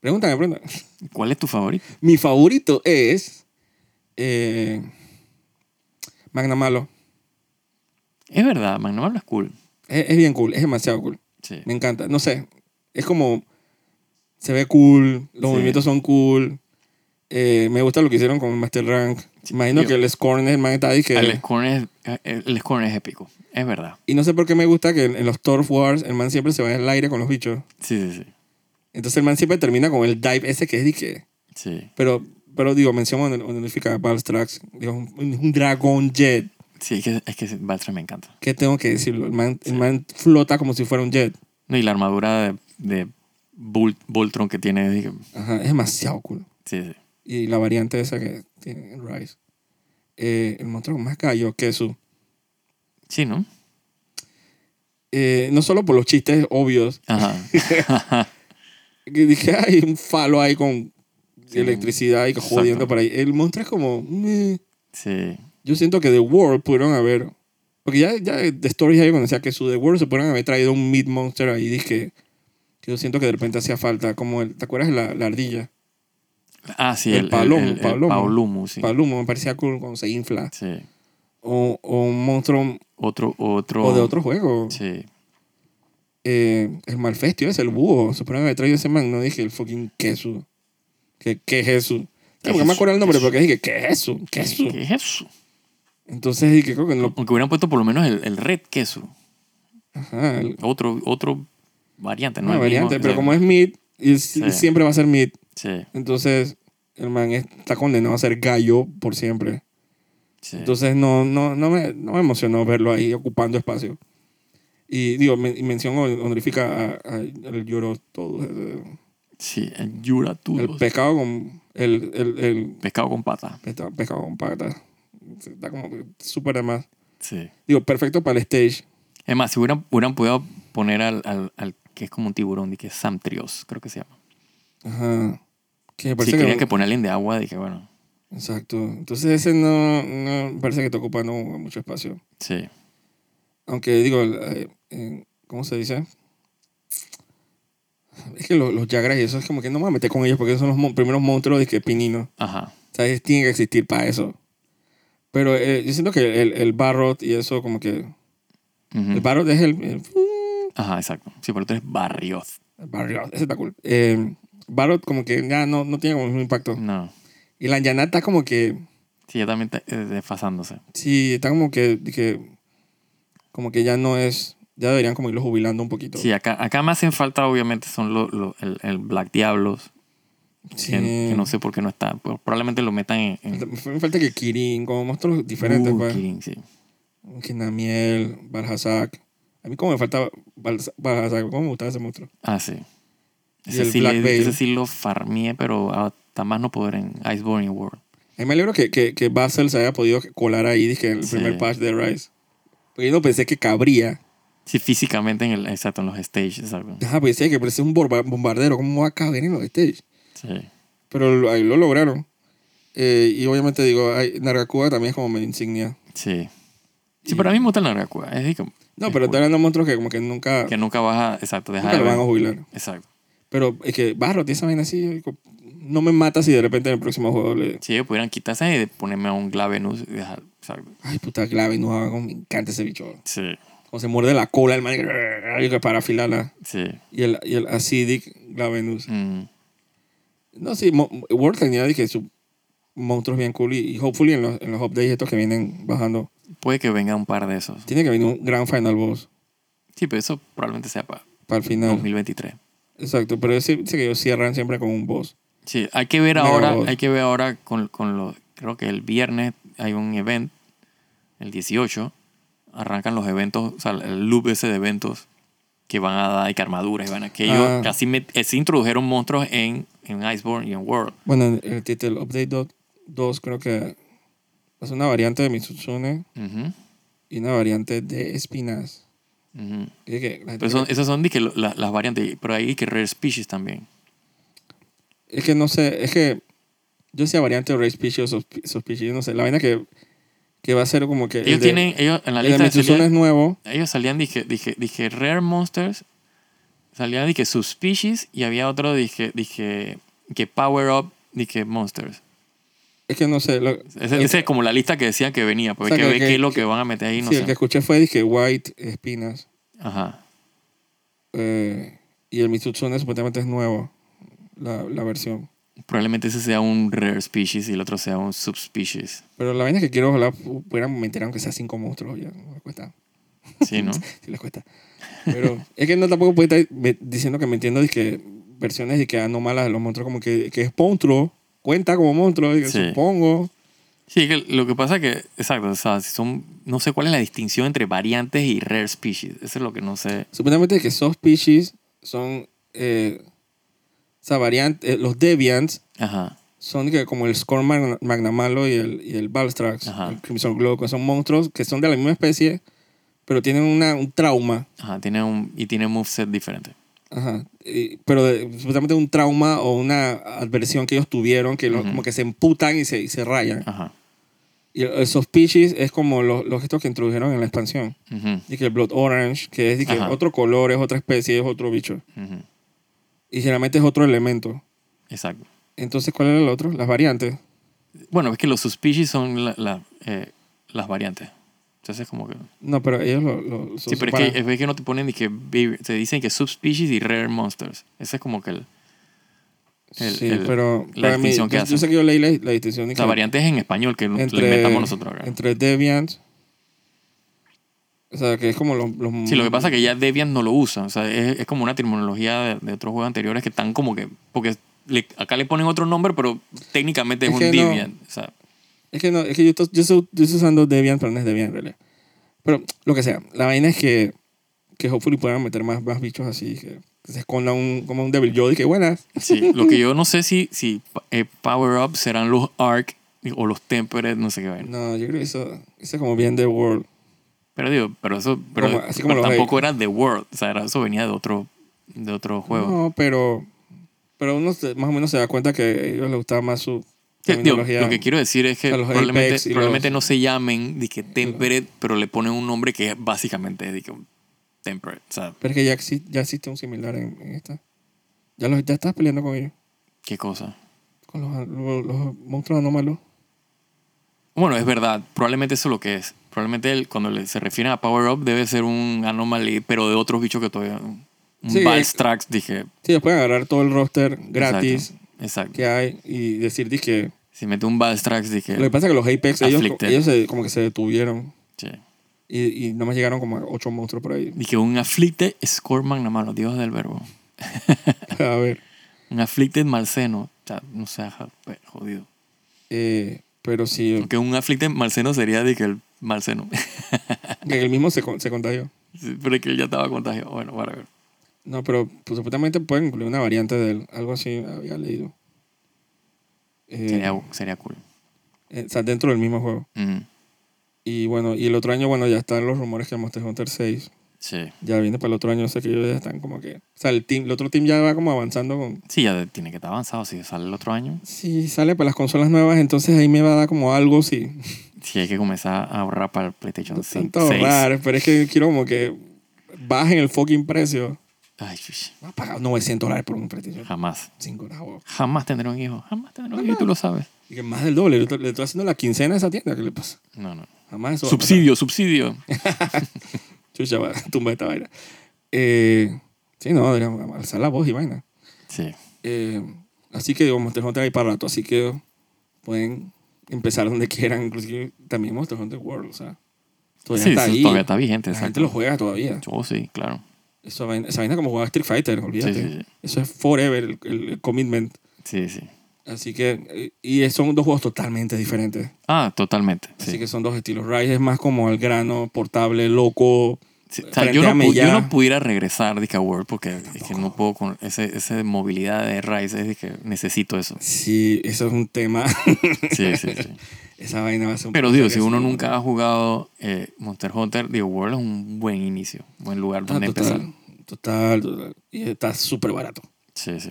S1: Pregúntame, pregúntame. [LAUGHS]
S2: ¿Cuál es tu favorito?
S1: Mi favorito es. Eh, Magna Malo.
S2: Es verdad, Magnum es cool.
S1: Es, es bien cool, es demasiado cool.
S2: Sí.
S1: Me encanta. No sé, es como. Se ve cool, los
S2: Sí.
S1: movimientos son cool. eh, me gusta lo que hicieron con Master Rank. Imagino
S2: Yo-
S1: que el Scorn es el man está ahí que-
S2: El Scorn es, el el Scorn es épico. Es verdad.
S1: Y no sé por qué me gusta que en, en los Turf Wars el man siempre se va en el aire con los bichos.
S2: Sí, sí, sí.
S1: Entonces el man siempre termina con el dive ese que es de que.
S2: Sí,
S1: Pero, pero digo, mención honor- honorífica a Balstrax. Digo, un, un Dragon Jet.
S2: sí es que, es que Baltra me encanta.
S1: ¿Qué tengo que decirlo? El man, el man flota como si fuera un jet.
S2: No, y la armadura de, de Bul- Voltron que tiene, dije,
S1: Ajá, es demasiado cool.
S2: sí, sí.
S1: Y la variante esa que tiene en Rise. Eh, el monstruo con más gallo que su.
S2: Sí, ¿no?
S1: eh, no solo por los chistes obvios, [LAUGHS]
S2: Ajá.
S1: que dije, [LAUGHS] hay un falo ahí con
S2: Sí,
S1: electricidad y
S2: exacto.
S1: jodiendo por ahí. El monstruo es como, meh.
S2: sí.
S1: yo siento que The World pudieron haber, porque ya, ya The Story ya conocía que su The World se pudieron haber traído un Mid Monster ahí, dije, que yo siento que de repente hacía falta, como el, ¿te acuerdas de la, la ardilla?
S2: Ah, sí,
S1: El
S2: el, el,
S1: palomo,
S2: el- el
S1: palomo.
S2: Paulumu, sí.
S1: Palumo, me parecía cool cuando se infla.
S2: Sí.
S1: O, o un monstruo,
S2: Otro, otro.
S1: o de otro juego.
S2: Sí.
S1: Eh, el Malfestio es el búho, se pudieron haber traído ese man, no dije el fucking queso. que qué es eso?
S2: ¿Qué
S1: Claro, porque me
S2: es eso?
S1: acuerdo el
S2: ¿Qué
S1: nombre,
S2: es eso?
S1: porque dije, ¿qué es eso? ¿Qué es eso?
S2: ¿Qué es eso?
S1: Entonces dije, creo que no.
S2: Aunque hubieran puesto por lo menos el, el red queso.
S1: Ajá, el-
S2: Otro, otro variante, ¿no?
S1: una
S2: El
S1: variante,
S2: mismo,
S1: pero
S2: sí,
S1: como es mid, y es-
S2: Sí.
S1: y siempre va a ser mid.
S2: Sí,
S1: Entonces, el man está condenado a ser gallo por siempre.
S2: sí.
S1: Entonces, no, no, no, me, no me emocionó verlo ahí ocupando espacio. Y digo, men- y mención hon- honorifica a- a- al lloro todo. eh,
S2: sí, el Yura
S1: El
S2: Tudos.
S1: pescado con. El, el, el
S2: pescado con pata.
S1: pesca- pescado con patas. Está como que súper de más.
S2: Sí.
S1: Digo, perfecto para el stage.
S2: Es más, si hubieran, hubieran podido poner al, al, al que es como un tiburón, y que es Samtrios, creo que se llama.
S1: Ajá. Que me
S2: Si
S1: parece
S2: querían
S1: que
S2: que poner a alguien de agua, dije, bueno,
S1: Exacto. Entonces ese no, no parece que está ocupando mucho espacio.
S2: sí.
S1: Aunque digo, eh, eh, ¿cómo se dice? Es que lo- los Jagras y eso es como que no me voy a meter con ellos porque son los mon- primeros monstruos de que pinino.
S2: Ajá.
S1: O sea, ellos tienen que existir para eso. Pero eh, yo siento que el, el Barrot y eso como que...
S2: Ujú.
S1: El Barrot es el... el-
S2: Ajá, exacto. Sí, pero tú eres Barrios.
S1: el Barrot, ese está cool. Eh, Barrot como que ya no, no tiene como el mismo impacto.
S2: No.
S1: Y la Yanata como que...
S2: Sí, ya también está eh, desfasándose.
S1: Sí, está como que, que- como que ya no es, ya deberían como irlo jubilando un poquito.
S2: Sí, acá, acá me hacen falta, obviamente, son los el, el Black Diablos,
S1: Sí.
S2: que, que no sé por qué no está. Pero probablemente lo metan en... en-
S1: Me falta que Kirin, como monstruos diferentes,
S2: Uh,
S1: pues.
S2: Kirin, sí.
S1: Kinamiel, Balhazak. A mí como me falta Bal- Balhazak, como me gustaba ese monstruo.
S2: Ah, sí.
S1: Y
S2: Ese
S1: el
S2: sí,
S1: Black
S2: le-
S1: Veil.
S2: ese sí lo farmeé, pero hasta más no poder en Iceborne World.
S1: A mí me alegro que, que, que Basel se haya podido colar ahí, dije, en el
S2: Sí.
S1: primer patch de Rise. Porque yo no pensé que cabría.
S2: Sí, físicamente en el, exacto, en los stages, exacto.
S1: Ajá, pensé que parecía un borba- bombardero. ¿Cómo va a caber en los stage?
S2: Sí.
S1: Pero lo- ahí lo lograron. Eh, y obviamente digo, ay, Nargacuba también es como mi insignia.
S2: Sí.
S1: Y-
S2: Sí, pero a mí me gusta el Nargacuba. Es decir, que-
S1: No,
S2: es
S1: pero
S2: cool.
S1: te hablando de monstruos que como que nunca,
S2: Que nunca vas a... Exacto, deja
S1: nunca
S2: de
S1: lo van a
S2: ver.
S1: jubilar.
S2: Exacto.
S1: Pero es que Barro tiene esa vaina así. yo digo, no me mata si de repente en el próximo juego le...
S2: Si ellos pudieran quitarse y ponerme a un Glavenus y dejar... Exacto.
S1: Ay, puta, clave, no hago, me encanta ese bicho.
S2: Sí,
S1: Como se muerde la cola, el man, y que para afilarla.
S2: sí.
S1: Y el, y el acidic Glavenus.
S2: Mm,
S1: No, sí, Mo- World tenía dije, sus monstruos bien cool. Y, y hopefully en los, en los updates estos que vienen bajando,
S2: Puede que venga un par de esos.
S1: tiene que venir un gran final boss
S2: Sí, pero eso probablemente sea para
S1: para el final.
S2: 2023.
S1: Exacto, pero yo sí- sé que ellos cierran siempre con un boss.
S2: Sí, hay que ver
S1: Mega
S2: ahora,
S1: Boss.
S2: hay que ver ahora con, con los, creo que el viernes hay un event, el 18, arrancan los eventos, o sea, el loop ese de eventos que van a dar y que armaduras y van a que ellos
S1: Ah.
S2: casi met- eh, sí introdujeron monstruos en, en Iceborne y en World.
S1: Bueno, el- el título Update 2 creo que es una variante de Mitsutsune
S2: Ujú,
S1: y una variante de Espinas.
S2: ujú.
S1: Y que la gente
S2: Pero son-
S1: cree-
S2: esas son de que lo- la- las variantes, pero hay que rare species también.
S1: es que no sé, es que yo decía variante de Ray Species o suspi- Suspicious, no sé. La vaina que, que va a ser como que. el
S2: Ellos
S1: de-
S2: tienen, ellos en la
S1: el de
S2: lista de
S1: Mitsutsune
S2: salida-
S1: es nuevo.
S2: ellos salían, dije, dije, dije Rare Monsters, salían, dije, Subspecies, y había otro, dije, dije, que Power Up, dije, Monsters.
S1: Es que no sé. lo-
S2: Ese-
S1: el-
S2: Esa es como la lista que decían que venía, porque
S1: O sea,
S2: hay que
S1: que-
S2: ver
S1: que-
S2: qué es lo que
S1: que-
S2: van a meter ahí, no
S1: sí, el que
S2: sé.
S1: escuché fue dije White Espinas.
S2: Ajá,
S1: eh, y el Mitsutsune supuestamente es nuevo. La, la versión.
S2: probablemente ese sea un Rare Species y el otro sea un Subspecies.
S1: Pero la vaina es que quiero, ojalá pu- pudieran meter aunque sea cinco monstruos. Ya, no me cuesta. [LAUGHS]
S2: Sí, ¿no?
S1: si les cuesta. Pero es que no tampoco puede estar me- diciendo que me entiendo de que versiones de que anomalas de los monstruos, como que, que es monstruo, cuenta como monstruo, digo,
S2: Sí.
S1: supongo.
S2: Sí, que lo que pasa es que, exacto, o sea, si son, no sé cuál es la distinción entre variantes y rare species. Eso es lo que no sé.
S1: Supuestamente que soft species son. Eh, esa variante, eh, los deviants
S2: Ajá.
S1: son que como el Scorn Magna- Magnamalo y el, y el Balstrax,
S2: Ajá.
S1: el Crimson Glow, que son monstruos que son de la misma especie, pero tienen una, un trauma.
S2: Ajá, tiene un, y tiene un moveset diferente.
S1: Ajá. Y- pero de- supuestamente un trauma o una adversión que ellos tuvieron, que lo-
S2: Ujú.
S1: como que se emputan y se, y se rayan.
S2: Ajá.
S1: Y el- el soft species es como los, los estos que introdujeron en la expansión.
S2: Ujú,
S1: Y que el Blood Orange, que es y que
S2: Ajá.
S1: otro color, es otra especie, es otro bicho.
S2: ujú.
S1: Y generalmente es otro elemento.
S2: Exacto.
S1: Entonces, ¿cuál era el otro? Las variantes.
S2: Bueno, es que los subspecies son la- la, eh, las variantes. Entonces es como que...
S1: No, pero ellos lo, lo-
S2: Sí, pero es
S1: separan.
S2: que, es que no te ponen ni que... baby- Te dicen que subspecies y rare monsters. Ese es como que el... el-
S1: sí,
S2: el-
S1: pero
S2: la
S1: para mí,
S2: distinción
S1: yo,
S2: que
S1: yo
S2: hacen.
S1: sé que yo leí la, la distinción y
S2: La
S1: que
S2: variante es en español que lo
S1: entre,
S2: inventamos nosotros acá.
S1: entre Deviant. O sea, que es como los... los-
S2: Sí, lo que pasa es que ya Debian no lo usa. O sea, es, es como una terminología de, de otros juegos anteriores que están como que. Porque le- acá le ponen otro nombre, pero técnicamente es,
S1: Es
S2: un
S1: que no.
S2: Debian. O sea,
S1: Es que, no, es que yo, to- yo, estoy, yo estoy usando Debian, pero no es Debian en realidad. Pero lo que sea, la vaina es que, que hopefully puedan meter más, más bichos así, que, que se esconda un, como un Devil Jody, que buenas. [LAUGHS]
S2: sí. lo que yo no sé si, si eh, Power Up serán los Arc o los Tempered, no sé qué vaina.
S1: No, yo creo que eso, eso es como bien The World.
S2: Pero digo, pero eso. Pero,
S1: Como- así como
S2: pero
S1: los
S2: tampoco era The World. O sea, era- eso venía de otro, de otro juego.
S1: No, pero, pero uno se- más o menos se da cuenta que a ellos les gustaba más su
S2: Sí, digo,
S1: terminología.
S2: lo que quiero decir es que
S1: a los
S2: probablemente,
S1: Apex y
S2: probablemente
S1: los-
S2: no se llamen de que Tempered, pero le ponen un nombre que básicamente es de que Tempered. O sea,
S1: Pero es que ya, exi- ya existe un similar en, en esta. Ya, los, ya estás peleando con ellos,
S2: qué cosa.
S1: con los, los, los monstruos anómalos.
S2: Bueno, es verdad. Probablemente eso es lo que es. Probablemente él, cuando le- se refiere a Power Up debe ser un Anomaly, pero de otros bichos que todavía... Un
S1: Sí, eh,
S2: Balstrax, dije.
S1: Sí, después agarrar todo el roster gratis
S2: Exacto. exacto.
S1: que hay y decir, dije,
S2: Si mete un Balstrax, dije...
S1: Lo que pasa es que los Apex, ellos,
S2: Afflicted.
S1: ellos se- como que se detuvieron
S2: che.
S1: y, y nomás llegaron como a ocho monstruos por
S2: [LAUGHS]
S1: ahí.
S2: Dije un Afflicted Scorman, mano, Dios del verbo.
S1: a ver,
S2: Un Afflicted Malseno. O sea, no sea ja- pe- jodido.
S1: eh, pero sí,
S2: Porque un Afflicted Malseno sería de que el Malseno. [LAUGHS]
S1: que el mismo se, con- se contagió.
S2: Sí, pero es que él ya estaba contagiado. Bueno, para ver.
S1: No, pero pues, supuestamente pueden incluir una variante de él, algo así había leído. Eh,
S2: Sería, sería cool.
S1: eh, o sea, dentro del mismo juego.
S2: Ujú.
S1: Y bueno, y el otro año, bueno, ya están los rumores que el Monster Hunter 6
S2: Sí.
S1: ya viene para el otro año, o sea que ellos ya están como que... O sea, el, team, el otro team ya va como avanzando con...
S2: Sí, ya tiene que estar avanzado. Si sale el otro año...
S1: Si sale para las consolas nuevas, entonces ahí me va a dar como algo, sí.
S2: Sí, hay que comenzar a ahorrar para el PlayStation
S1: No
S2: 6.
S1: tanto ahorrar, pero es que quiero como que bajen el fucking precio.
S2: Ay, shush,
S1: Voy a pagar 900 dólares por un PlayStation
S2: jamás.
S1: 5 dólares.
S2: Jamás tendré un hijo. Jamás tendré un hijo. Y tú lo sabes.
S1: Y que más del doble. Le estoy- le estoy haciendo la quincena a esa tienda. ¿Qué le pasa?
S2: No, no.
S1: Jamás eso. va a
S2: Subsidio, subsidio.
S1: pasar. Chucha, va [LAUGHS] a tumbar esta vaina. Eh, sí, no, deberíamos alzar la voz y vaina. [LAUGHS]
S2: Sí.
S1: Eh, así que digo, Monster Hunter ahí para rato. Así que pueden empezar donde [LAUGHS] quieran. Inclusive también Monster Hunter World. O sea, todavía
S2: sí,
S1: Pues está
S2: eso
S1: ahí.
S2: todavía está vigente.
S1: la gente
S2: Exacto.
S1: lo juega todavía.
S2: Oh, sí, claro.
S1: Esa vaina, esa vaina como jugar Street Fighter,
S2: Sí,
S1: olvídate.
S2: sí, sí.
S1: Eso es forever, el, el- el commitment.
S2: Sí, sí.
S1: Así que, eh, y son dos juegos totalmente diferentes.
S2: Ah, totalmente. Sí.
S1: Así que son dos estilos. Rise es más como al grano, portable, loco.
S2: Sí, o sea, yo, no
S1: Frenteame
S2: pu- yo
S1: ya.
S2: no pudiera regresar de que a Word porque es que no puedo con ese, ese movilidad de Rise. Es de que
S1: [LAUGHS]
S2: necesito eso.
S1: Sí, eso es un tema. [LAUGHS]
S2: Sí, sí, sí.
S1: Esa vaina va a ser un
S2: Pero,
S1: placer
S2: digo, si
S1: que
S2: uno
S1: sí.
S2: nunca ha jugado eh, Monster Hunter, digo, World es un buen inicio, buen lugar
S1: Ah,
S2: donde empezar.
S1: total, total, total. Y está súper barato.
S2: Sí, sí.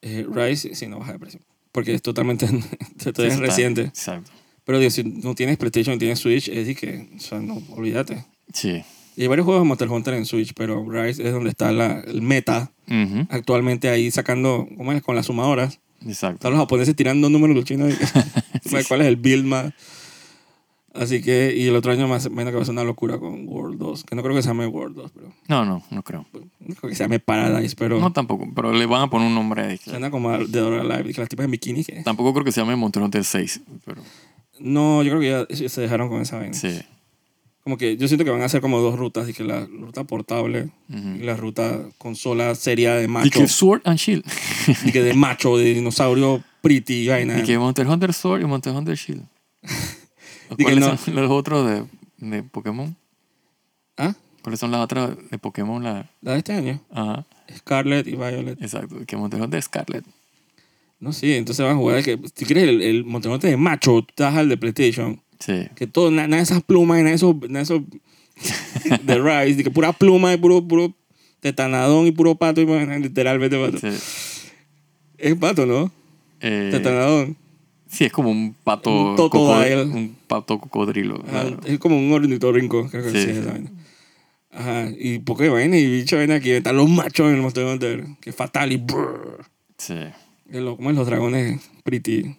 S1: Eh, Rise, sí, no baja de precio. Porque es totalmente [LAUGHS]
S2: Sí,
S1: todavía es
S2: eso está-
S1: reciente.
S2: Exacto.
S1: Pero digo, si no tienes PlayStation, tienes Switch, es decir que, o sea, no, olvídate.
S2: Sí.
S1: Y hay varios juegos de Monster Hunter en Switch, pero Rise es donde está la, el meta.
S2: Ujú.
S1: Actualmente ahí sacando, ¿cómo es? Con las sumadoras.
S2: Exacto.
S1: Están los japoneses tirando números los chinos. y- [LAUGHS]
S2: Sí, sí.
S1: ¿Cuál es el build más? Así que, y el otro año más menos que va a ser una locura con World 2. Que no creo que se llame World 2, pero.
S2: No, no, no creo.
S1: No creo que se llame Paradise, pero.
S2: No tampoco, pero le van a poner un nombre ahí.
S1: Suena como a The Dora Live, que las tipas en bikini. que-
S2: Tampoco creo que se llame Monster Hunter 6, pero
S1: No, yo creo que ya se dejaron con esa vaina.
S2: sí.
S1: Como que yo siento que van a hacer como dos rutas. Y que la ruta portable y
S2: Ujú.
S1: la ruta consola seria de macho.
S2: Y que Sword and Shield. [LAUGHS]
S1: y que de macho, de dinosaurio pretty vaina.
S2: Y que Monster Hunter Sword y Monster
S1: [LAUGHS]
S2: Hunter Shield. ¿Los
S1: Dije,
S2: ¿Cuáles
S1: no.
S2: son los otros de, de Pokémon?
S1: ¿Ah?
S2: ¿Cuáles son las otras de Pokémon? La...
S1: La de este año.
S2: Ajá,
S1: Scarlet y Violet.
S2: exacto. Que Monster Hunter Scarlet.
S1: No, sí, entonces van a jugar. Que, si quieres el, el Monster Hunter de macho, tú te vas al de PlayStation.
S2: Sí.
S1: Que todo, na- nada de esas plumas y nada de esos. Nada de esos [LAUGHS] de Rise. De que pura pluma y puro, puro tetanadón y puro pato. Y, vaina, literalmente pato.
S2: sí.
S1: Es pato, ¿no?
S2: Eh,
S1: Tetanadón.
S2: sí, es como un pato.
S1: Un totodile.
S2: cocod- un pato cocodrilo.
S1: Ajá,
S2: claro.
S1: Es como un ornitorrinco, creo que
S2: Sí,
S1: sí,
S2: sí.
S1: es la vaina. Ajá, y porque vaina y bicho vaina aquí, están los machos en el Monster Hunter, que es fatal y brrr.
S2: Sí.
S1: Es lo- como es los dragones pretty.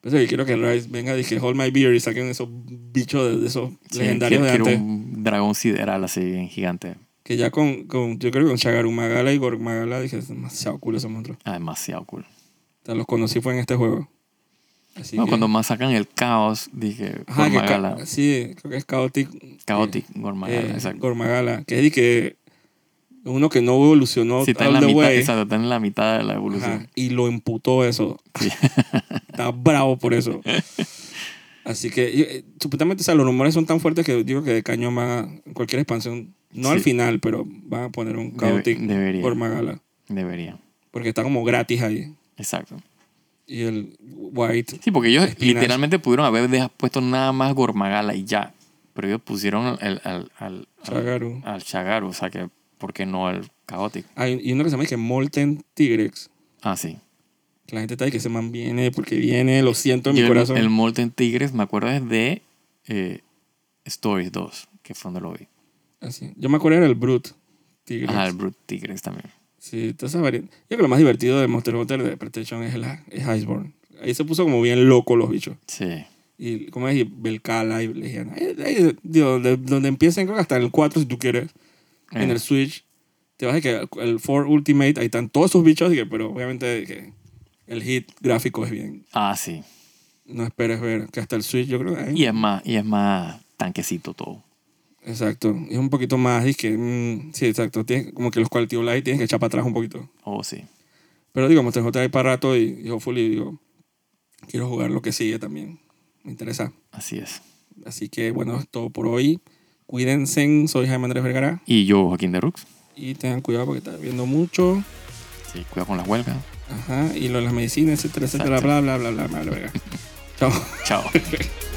S1: Por eso que quiero que Rice venga y que hold my beer y saquen esos bichos de, de esos
S2: Sí,
S1: legendarios de
S2: quiero-
S1: antes.
S2: quiero un dragón sideral así, bien gigante.
S1: Que ya con, con, yo creo que con Shagarumagala y Gorgmagala dije, es demasiado cool esos monstruos.
S2: Ah, demasiado cool.
S1: O sea, los conocí fue en este juego. Así
S2: No,
S1: que-
S2: cuando más sacan el caos, dije,
S1: Ajá, que ca-
S2: Gormagala.
S1: sí, creo que es Chaotic.
S2: Chaotic, Gormagala,
S1: eh,
S2: exacto.
S1: Gormagala, que es de que uno que no evolucionó
S2: Sí, está en,
S1: all
S2: la
S1: the
S2: mitad,
S1: way.
S2: exacto, está en la mitad de la
S1: Ajá,
S2: evolución.
S1: y lo emputó eso.
S2: Sí.
S1: [LAUGHS] Está bravo por eso. Así que, y, eh, supuestamente, o sea, los rumores son tan fuertes que digo que de cañón van a, en cualquier expansión, no al
S2: Sí.
S1: final, pero van a poner un
S2: Debe-
S1: Chaotic
S2: debería.
S1: Gormagala.
S2: Debería.
S1: Porque está como gratis ahí.
S2: Exacto.
S1: Y el White,
S2: Sí, porque ellos
S1: Espinazo.
S2: literalmente pudieron haber deja- puesto nada más Gormagala y ya. Pero ellos pusieron al, al, al, al-
S1: Chagaru.
S2: al Chagaru, o sea que, ¿por qué no al Chaotic?
S1: Hay, y uno que se llama que Molten Tigrex.
S2: Ah, sí.
S1: Que la gente está ahí que ese man viene porque viene, lo siento en
S2: Yo
S1: mi
S2: el-
S1: corazón.
S2: El, Molten Tigres, me acuerdo, es de eh, Stories 2, que fue donde lo vi.
S1: Así. Yo me acuerdo era el Brute Tigrex.
S2: Ajá, el Brute Tigres también.
S1: Sí, todas esas variantes. Yo creo que lo más divertido de Monster Hunter de PlayStation es, la, es Iceborne. Ahí se puso como bien loco los bichos.
S2: Sí.
S1: Y como es, y Belcala y Legiana. Ahí- ahí, eh, digo, donde, donde empiecen, creo que hasta el 4 si tú quieres, en
S2: Eh,
S1: el Switch. Te vas a que el 4 Ultimate, ahí están todos esos bichos, así que, pero obviamente que el hit gráfico es bien.
S2: Ah, sí.
S1: No esperes ver que hasta el Switch, yo creo que ahí-
S2: Y es más, y es más tanquecito todo.
S1: Exacto. Es un poquito más, y que, mm, sí, exacto. Tienes, como que los quality of life tienes que echar para atrás un poquito.
S2: Oh, sí.
S1: Pero digo, Monster Hunter ahí para rato y, y hopefully digo, quiero jugar lo que sigue también. Me interesa.
S2: Así es.
S1: Así que bueno, es todo por hoy. Cuídense, soy Jaime Andrés Vergara
S2: Y yo, Joaquín de Rux.
S1: y tengan cuidado porque está viendo mucho.
S2: Sí, cuidado con las huelgas.
S1: Ajá, y lo de las medicinas, etcétera, etcétera,
S2: Exacto.
S1: bla, bla, bla, bla, bla, bla, bla. Chao.
S2: Chao.